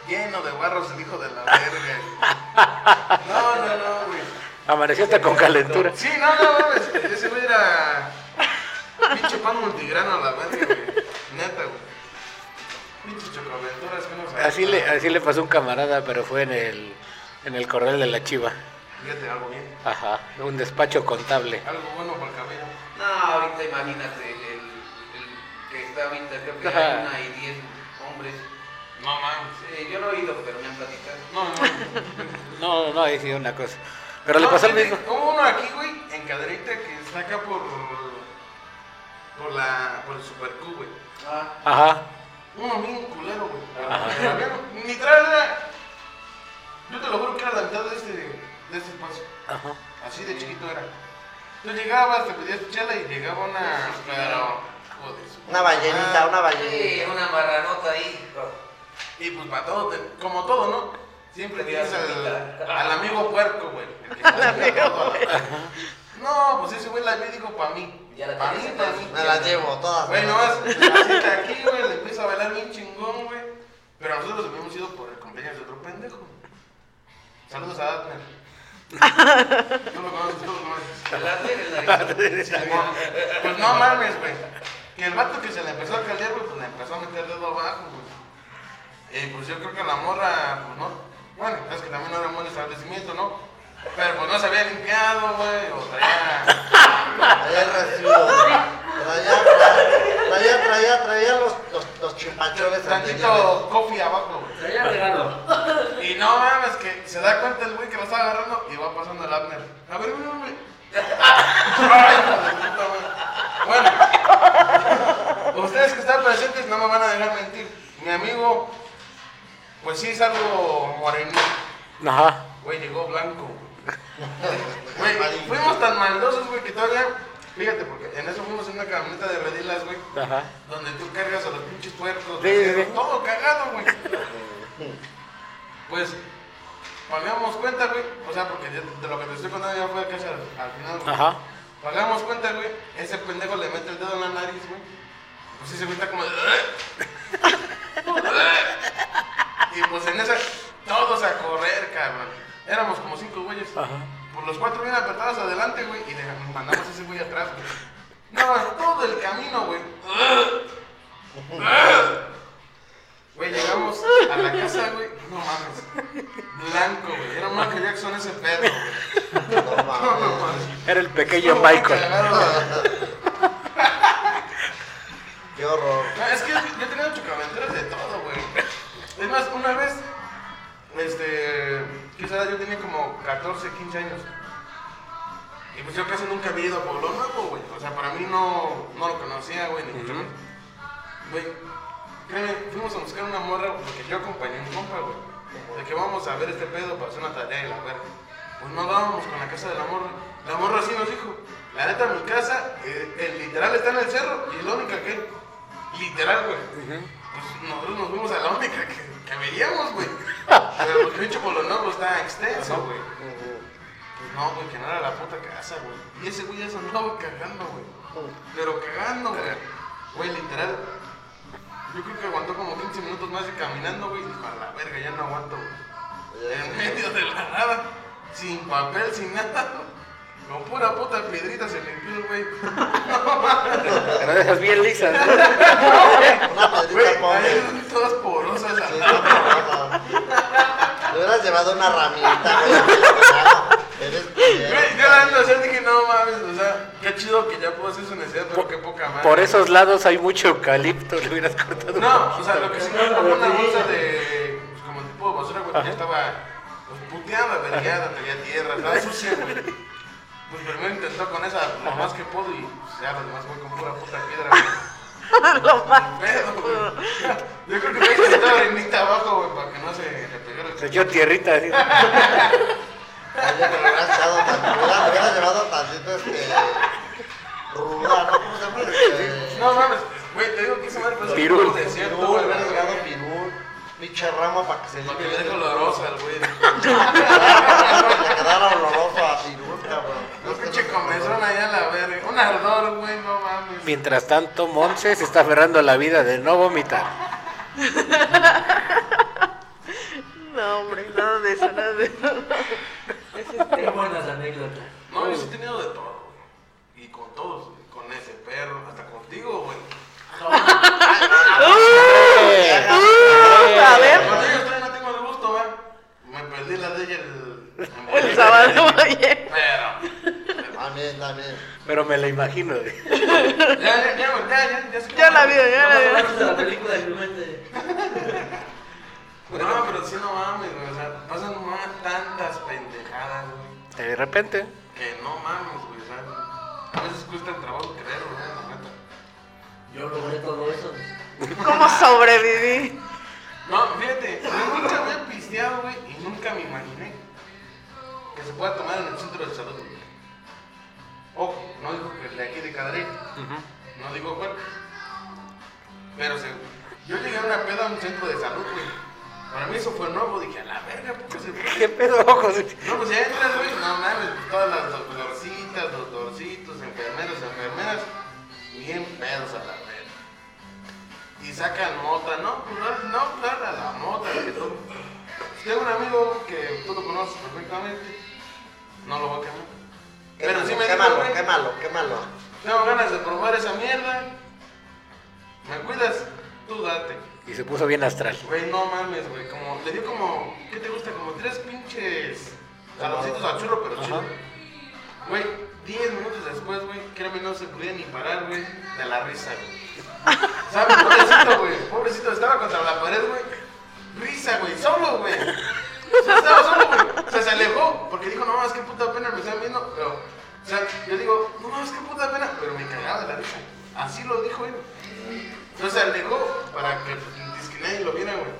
S6: lleno de barros el hijo de la verga. güey. No, no, no, güey.
S1: Amaneció hasta con calentura.
S6: Sí, no, no, mames. Ese güey era. Pinche pan multigrano a la verga, güey. Neta, güey. Pinche chocoventuras que Ah, nos
S1: Así le, así le pasó a un camarada, pero fue en el, en el corral de la chiva.
S6: Fíjate, algo bien.
S1: Ajá. Un despacho contable.
S6: Algo bueno para el cabello.
S5: No, ahorita imagínate el, el, el que está ahorita, creo que hay una y diez hombres.
S6: No mames.
S5: Eh, yo no he ido, pero me han platicado.
S6: No, no.
S1: No, no, ahí sí una cosa. Pero
S6: No,
S1: le pasó lo
S6: fíjate,
S1: mismo.
S6: Hubo uno aquí, güey, en Caderita que está acá por. por la. por el Super Q, güey.
S5: Ah,
S1: Ajá.
S6: Uno bien culero, güey. Pero había- Ni traer era. Yo te lo juro que era la mitad de este, de este espacio.
S1: Ajá.
S6: Así de chiquito era. Tú llegabas, te pedías tu chela y llegaba una. Pero. Joder. su-
S2: Una
S6: Ah,
S2: ballenita, una
S5: sí,
S2: ballenita.
S5: una marranota ahí.
S6: Y pues para todo, te- como todo, ¿no? Siempre
S5: Te das
S6: tienes al,
S5: cuenta.
S6: al amigo puerco, güey. el que saca todo a la- No, pues ese güey la vi dijo para mí.
S5: Ya la
S6: Para mí,
S5: tenías
S6: para
S5: acá.
S6: mí.
S2: Me las llevo todas.
S6: Güey, nomás, así que aquí, güey, le empieza a bailar bien chingón, güey. Pero nosotros habíamos ido por el cumpleaños de otro pendejo. Saludos a Adner. Tú lo conoces, tú lo conoces.
S5: El arte en el narizón.
S6: Sí, güey. Pues no mames, güey. Y el vato que se le empezó a caldear, güey, pues le empezó a meter dedo abajo, güey. Y pues yo creo que la morra, pues no. Bueno, es que también no era un buen establecimiento, ¿no? Pero pues no se había limpiado, güey, o traía.
S2: Traía el recibo. Traía, traía, traía, traía, traía los, los, los chimpachones anteriores.
S6: Tantito coffee abajo, güey.
S4: Traía regalo.
S6: Y no mames, que se da cuenta el güey que lo está agarrando y va pasando el Abner. A ver, güey, güey. dejar mentir. Mi amigo, pues sí es algo moreno.
S1: Ajá.
S6: Güey, llegó blanco. Güey, fuimos tan maldosos, güey, que todavía. Fíjate, porque en eso fuimos en una camioneta de redilas, güey.
S1: Ajá.
S6: Donde tú cargas a los pinches puertos,
S1: Sí, sí, sí.
S6: todo cagado, güey. pues, pagamos cuenta, güey. O sea, porque ya- de lo que te estoy contando ya fue casi al, al final, güey.
S1: Ajá.
S6: Pagamos cuenta, güey. Ese pendejo le mete el dedo en la nariz, güey. Pues sí se cuenta como de. "Eh". y pues en esa, todos a correr, cabrón. Éramos como cinco güeyes.
S1: Ajá.
S6: Por los cuatro bien apretados adelante, güey. Y le mandamos a ese güey atrás, güey. No, todo el camino, güey. Güey, llegamos a la casa, güey. No mames. Blanco, güey. Era Michael Jackson ese perro, güey.
S2: No
S6: No, no
S2: mames.
S6: mames.
S1: Era el pequeño
S6: No,
S1: Michael.
S6: cagaron.
S2: Qué horror.
S6: No, es que yo he tenido chocaventuras de todo, güey. Es más, una vez, este, quizás yo tenía como 14, 15 años. Y pues yo casi nunca había ido a Pueblo Nuevo, güey. O sea, para mí no, no lo conocía, güey, ni mucho menos. Güey, créeme, fuimos a buscar una morra porque yo acompañé a un compa, güey. De que vamos a ver este pedo para hacer una tarea y la verga. Pues no dábamos con la casa de la morra. La morra sí nos dijo, la neta, mi casa, eh, el literal está en el cerro y es la única que hay". Literal, güey. Pues nosotros nos fuimos a la única que, que veíamos, güey. Pero porque pinche Pueblo Nuevo está extenso, güey. Pues no, güey, que no era la puta casa, güey. Y ese güey ya se andaba cagando, güey. Pero cagando, güey. Güey, literal. Yo creo que aguantó como 15 minutos más de caminando, güey. y Dijo, a la verga, ya no aguanto, güey. En medio de la nada. Sin papel, sin nada. Con pura puta piedrita se limpió el güey.
S1: Pero de esas bien lisas. ¿no?
S2: Una
S6: Güey,
S2: piedrita pobre.
S6: ahí todas porosas.
S2: Sí,
S6: la-
S2: no, no, no. Le hubieras llevado una ramita, güey. Eres
S6: Güey, yo la neta, o sea, dije, no mames, o sea, qué chido que ya puedo hacer su necesidad, pero qué poca madre.
S1: Por esos lados hay mucho eucalipto. Le hubieras cortado un
S6: No, o
S1: poquito.
S6: sea, lo que sí me como una bolsa de. Pues, como tipo de basura, güey, que ya estaba pues, puteada, vergueada, tenía tierra, estaba sucia, güey. Pues primero intentó con esa lo más que pudo y pues, ya lo demás voy con pura puta piedra, güey.
S3: Ah, Lo más
S6: Pedo, güey. Yo creo que me hice toda arenita abajo, güey, para que no se le pegara el
S1: Se echó tierrita. así.
S2: Oye, pero hubieras echado tantito, hubieras- hubieras llevado tantito este. Ruda, ¿no? ¿Cómo se llama? Este.
S6: No mames, güey, te digo que esa madre pues
S1: Pirul.
S6: como desierto,
S2: Pirul,
S6: güey,
S2: hubieras llevado
S6: verga.
S2: pirul. Pinche rama para que se
S6: Para
S2: limpie.
S6: que le dé
S2: bien.
S6: colorosa al güey.
S2: Le quedara oloroso a pirul, cabrón. Este,
S6: Un pinche comezón allá a la verga. Un ardor, güey, no mames.
S1: Mientras tanto, Monse se está aferrando a la vida de no vomitar.
S3: No, hombre, nada de eso, nada de eso. Es este,
S4: Qué buenas anécdotas.
S6: No, yo sí he tenido de todo, güey. Y con todos, güey. con ese perro, hasta contigo, güey.
S1: ¡Ah!
S6: eh.
S3: ¡Uh! a ver,
S6: Contigo yo todavía no tengo el gusto, güey. Me perdí la de ella el,
S3: el sábado, oye.
S6: Pero.
S2: También, también.
S1: Pero me la imagino. güey.
S6: Ya, ya, ya, ya, ya, ya, sé
S3: Ya
S6: cómo-
S3: la vi, ya
S4: Estamos
S3: la vi.
S4: hablando de la película de Clemente.
S6: No, pero sí no mames, güey. O sea, pasan más tantas pendejadas, güey.
S1: De repente.
S6: Que no mames, güey. O sea, a veces cuesta el trabajo creerlo, güey, la neta.
S4: Yo logré todo eso.
S3: ¿Cómo sobreviví?
S6: No, fíjate, yo nunca había pisteado, güey, y nunca me imaginé que se pueda tomar en el centro de salud, güey. Ojo, no digo que el de aquí de Cadre, no digo cuál. Pero se- yo llegué a una peda a un centro de salud, güey. Para mí eso fue nuevo, dije, a la verga, ¿por qué se
S1: ¿Qué pedo, José?
S6: No, pues ya entras, güey, no mames, pues, todas las doctorcitas, doctorcitos, enfermeros, enfermeras, bien pedos a la verga y sacan mota, no, pues no, no, claro, a la mota, que todo. Tengo un amigo que tú lo conoces perfectamente, no lo voy a quemar. Pero sí me dijo,
S2: Quémalo,
S6: güey,
S2: quémalo, quémalo.
S6: tengo ganas de probar esa mierda. ¿Me cuidas? Tú date.
S1: Y se puso bien astral.
S6: Güey, no mames, güey, como, le dio como, ¿qué te gusta? Como tres pinches jaloncitos al churro, pero chido. Güey, diez minutos después, güey, créeme, no se podía ni parar, güey, de la risa, güey. ¿Sabes? Pobrecito, güey. Pobrecito, estaba contra la pared, güey. Risa, güey. Solo, güey. O sea, estaba solo, güey. O sea, se alejó. Porque dijo, no mames, qué puta pena me están viendo. Pero, o sea, yo digo, no mames, qué puta pena. Pero me cagaba de la risa. Así lo dijo él. Entonces se alejó para que, pues, que nadie lo viera, güey.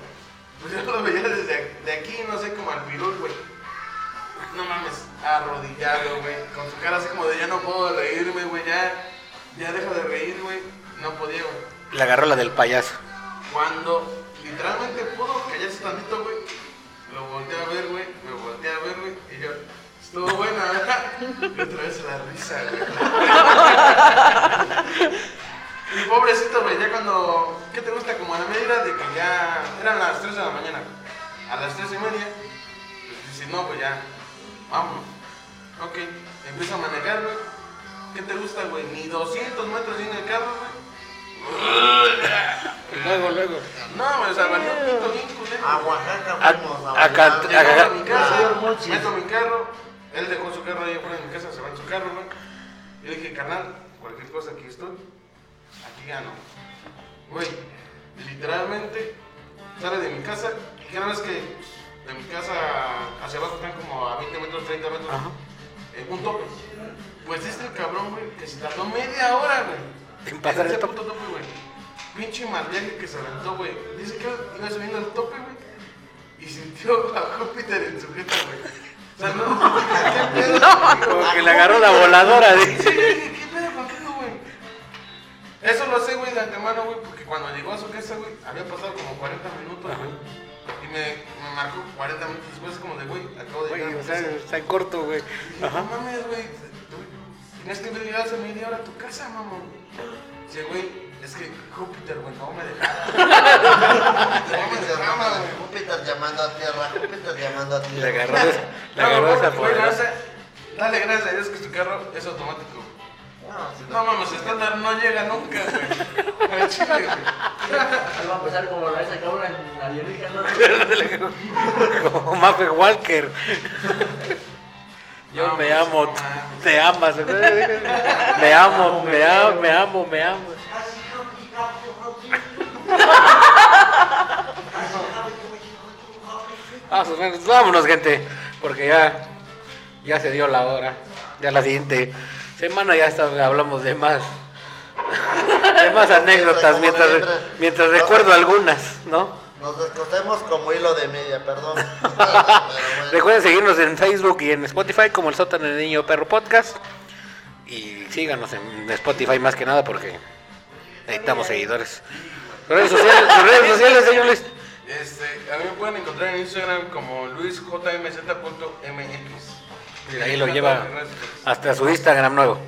S6: Pues yo lo veía desde de aquí, no sé, como al pirul, güey. No mames, arrodillado, güey. Con su cara así como de ya no puedo reírme, güey. Ya, ya dejo de reír, güey. No podía, güey.
S1: Le agarró la del payaso.
S6: Cuando literalmente pudo callarse tantito, güey, lo volteé a ver, güey, me volteé a ver, güey, y yo, estuvo buena, ¿verdad? Y otra vez la risa, güey. y pobrecito, güey, ya cuando, ¿qué te gusta? Como a la media hora de que ya, eran las 3 de la mañana, a las 3 y media, pues dice, no, pues ya, vamos. Ok, empieza a manejar, güey. ¿Qué te gusta, güey? Ni 200 metros en el carro, güey.
S1: Luego, luego.
S6: No, güey, o sea, valió pito bien culero.
S2: A Oaxaca
S1: A-
S2: fuimos,
S1: a Cant-
S2: bailar.
S1: a-
S6: Llego a
S1: Agarra-
S6: mi casa,
S2: Ah, mochis.
S6: meto mi carro, él dejó su carro ahí afuera de mi casa, se va en su carro, güey. Yo dije, carnal, cualquier cosa aquí estoy, aquí gano. Güey, literalmente sale de mi casa, y cada vez que de mi casa hacia abajo están como a 20 metros, 30 metros, en un tope. Pues este cabrón, güey, que se tardó media hora, güey.
S1: En pasar el
S6: Ese
S1: tope.
S6: puto tope, güey. Pinche mal viaje que se aventó, güey. Dice que iba subiendo al tope, güey. Y sintió a Júpiter en su jeta, güey. O sea, no, ¿qué pedo?
S1: Como que le agarró la voladora.
S6: Sí,
S1: dice.
S6: güey, ¿qué pedo contigo, güey? Eso lo sé, güey, de antemano, güey, porque cuando llegó a su casa, güey, había pasado como 40 minutos, güey. Y me, me marcó 40 minutos después, como de, güey, acabo de llegar.
S1: Güey,
S6: a mi
S1: o sea,
S6: casa.
S1: está en corto, güey.
S6: Y dije, No mames, güey. Tienes que haber llegado hace media hora a tu casa, mamón. Dice, güey, es que Júpiter, güey, no me dejaba. Te voy a
S2: Júpiter
S6: mencionar,
S2: llamando-
S6: güey.
S2: Júpiter llamando a tierra, Júpiter llamando a
S1: Le
S2: tierra.
S1: agarró, esa- le
S6: No,
S1: agarró
S6: güey,
S1: esa
S6: güey,
S1: poderosa.
S6: gracias- Dale gracias a Dios que tu carro es automático.
S2: No, sí,
S6: No mames, estándar no llega nunca, güey. Al chile, güey.
S4: Ahí va a empezar como la esa que habla en alienígena.
S1: Como Maffe Walker. Yo
S6: No,
S1: me
S6: pues,
S1: amo,
S6: no mames.
S1: te amas. Me amo, me amo, me amo, me amo. Ah, sus manos. Vámonos, gente, porque ya, ya se dio la hora. Ya la siguiente semana ya está- hablamos de más. De más anécdotas,
S2: Como
S1: mientras,
S2: noviembre.
S1: mientras recuerdo algunas, ¿no?
S2: Nos descosemos como hilo de media, perdón. Pero bueno.
S1: Recuerden seguirnos en Facebook y en Spotify como el sótano del niño perro podcast. Y síganos en Spotify más que nada porque necesitamos seguidores. Redes sociales, sus redes sociales, señor Luis.
S6: Este, a mí me pueden encontrar en Instagram como luisjmz.mx.
S1: Y ahí lo lleva
S6: Todas mis redes sociales.
S1: hasta su Instagram nuevo.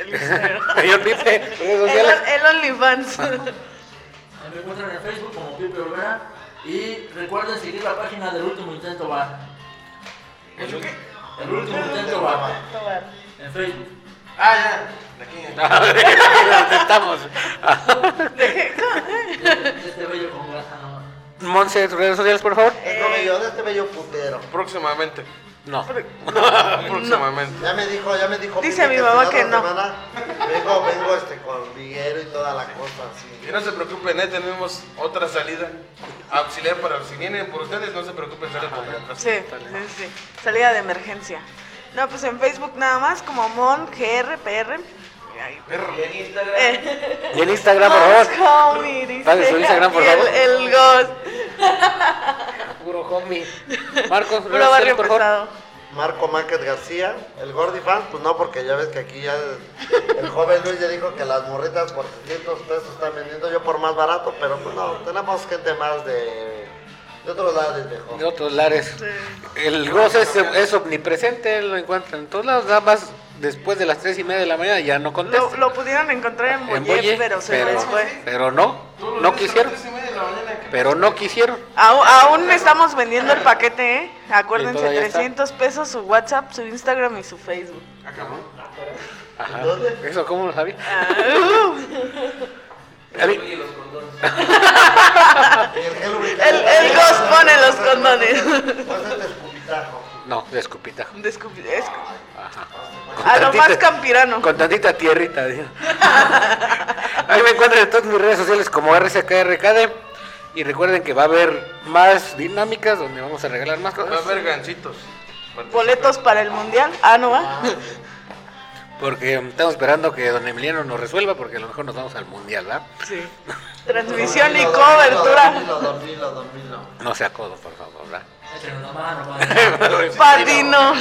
S3: El, Instagram.
S1: Señor Pipe, redes
S3: el,
S1: sociales.
S3: el OnlyFans.
S4: Me encuentran en Facebook como Pipe Olvera. Y recuerden seguir la página del último intento bar.
S6: ¿Eso qué?
S4: El último intento bar. En Facebook.
S6: Ah, ya. De aquí.
S1: Ah, ¿Dónde estamos?
S4: Este bello con grasa nada más.
S1: Monse, sus redes sociales, por favor.
S2: Es lo bello de este bello putero.
S6: Próximamente.
S1: No.
S6: Próximamente.
S2: Ya me dijo, ya me dijo.
S3: Dice
S2: Pipe
S3: mi mamá
S2: el final
S3: que
S2: de semana Vengo, vengo este con liguero y toda la cosa
S6: Y
S2: así.
S6: no se preocupen, ahí tenemos otra salida auxiliar para si vienen por ustedes, no se preocupen, salen por nosotros.
S3: Sí, sí, sí. Salida de emergencia. No, pues en Facebook nada más como Mon GRPR.
S6: Perro.
S5: Y en Instagram,
S3: Eh,
S1: Y en Instagram, por favor.
S3: Mon's Homie, dice.
S1: Pague su Instagram, por
S3: Y el-
S1: favor.
S3: El Ghost.
S1: Puro homie. Marcos, sus redes
S3: Puro
S1: sociales,
S3: barrio
S1: por favor.
S3: pesado.
S2: Marco Márquez García, el Gordy fan, pues no, porque ya ves que aquí ya el, el joven Luis ya dijo que las morritas por 300 pesos están vendiendo yo por más barato, pero pues no, tenemos gente más de, de otros lados, viejo.
S1: de otros lares. El gozo es, es omnipresente, lo encuentran en todos lados, nada más después de las tres y media de la mañana ya no
S3: Lo,
S1: contesta.
S3: lo pudieron encontrar en
S1: En
S3: Boyet,
S1: Boye,
S3: pero se les fue.
S1: pero no,
S6: Todos los
S1: no
S6: días
S1: quisieron,
S6: A las 3 y media de la mañana, ¿qué
S1: pero no quisieron.
S3: Aún, aún estamos vendiendo el paquete, ¿eh? Acuérdense,
S1: todavía está.
S3: 300 pesos su WhatsApp, su Instagram y su Facebook.
S6: pasa? Ah, cabrón.
S1: Ajá.
S2: ¿Dónde?
S1: ¿Eso cómo lo sabía?
S3: Ah, uh,
S1: A mí-
S5: incluye los condones.
S2: Y el, gel ubicado.
S3: el, el Ghost pone los condones.
S2: Pues este es cubitajo.
S1: No, de escupita.
S3: Descubrí- es-
S1: Ajá.
S3: A lo más
S1: tantita-
S3: Ah, campirano.
S1: Con tantita tierrita, digo. Ahí me encuentran en todas mis redes sociales como RCKRKD. Y recuerden que va a haber más dinámicas donde vamos a regalar más
S6: Va a
S1: cosas.
S6: haber ganchitos.
S3: Boletos para el mundial. Ah, no va.
S1: Porque um, estamos esperando que don Emiliano nos resuelva porque a lo mejor nos vamos al mundial, ¿verdad?
S3: Sí. Transmisión y cobertura.
S2: Dormilo, dormilo, dormilo.
S1: No sea codo, por favor, ¿verdad?
S4: Échale una mano, padre.
S3: Padrino.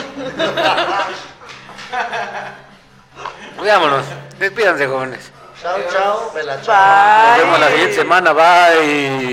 S1: Vámonos. Despídanse, jóvenes.
S2: Chao, chao, me la chao.
S1: Nos vemos la
S3: Bye.
S1: siguiente semana. Bye.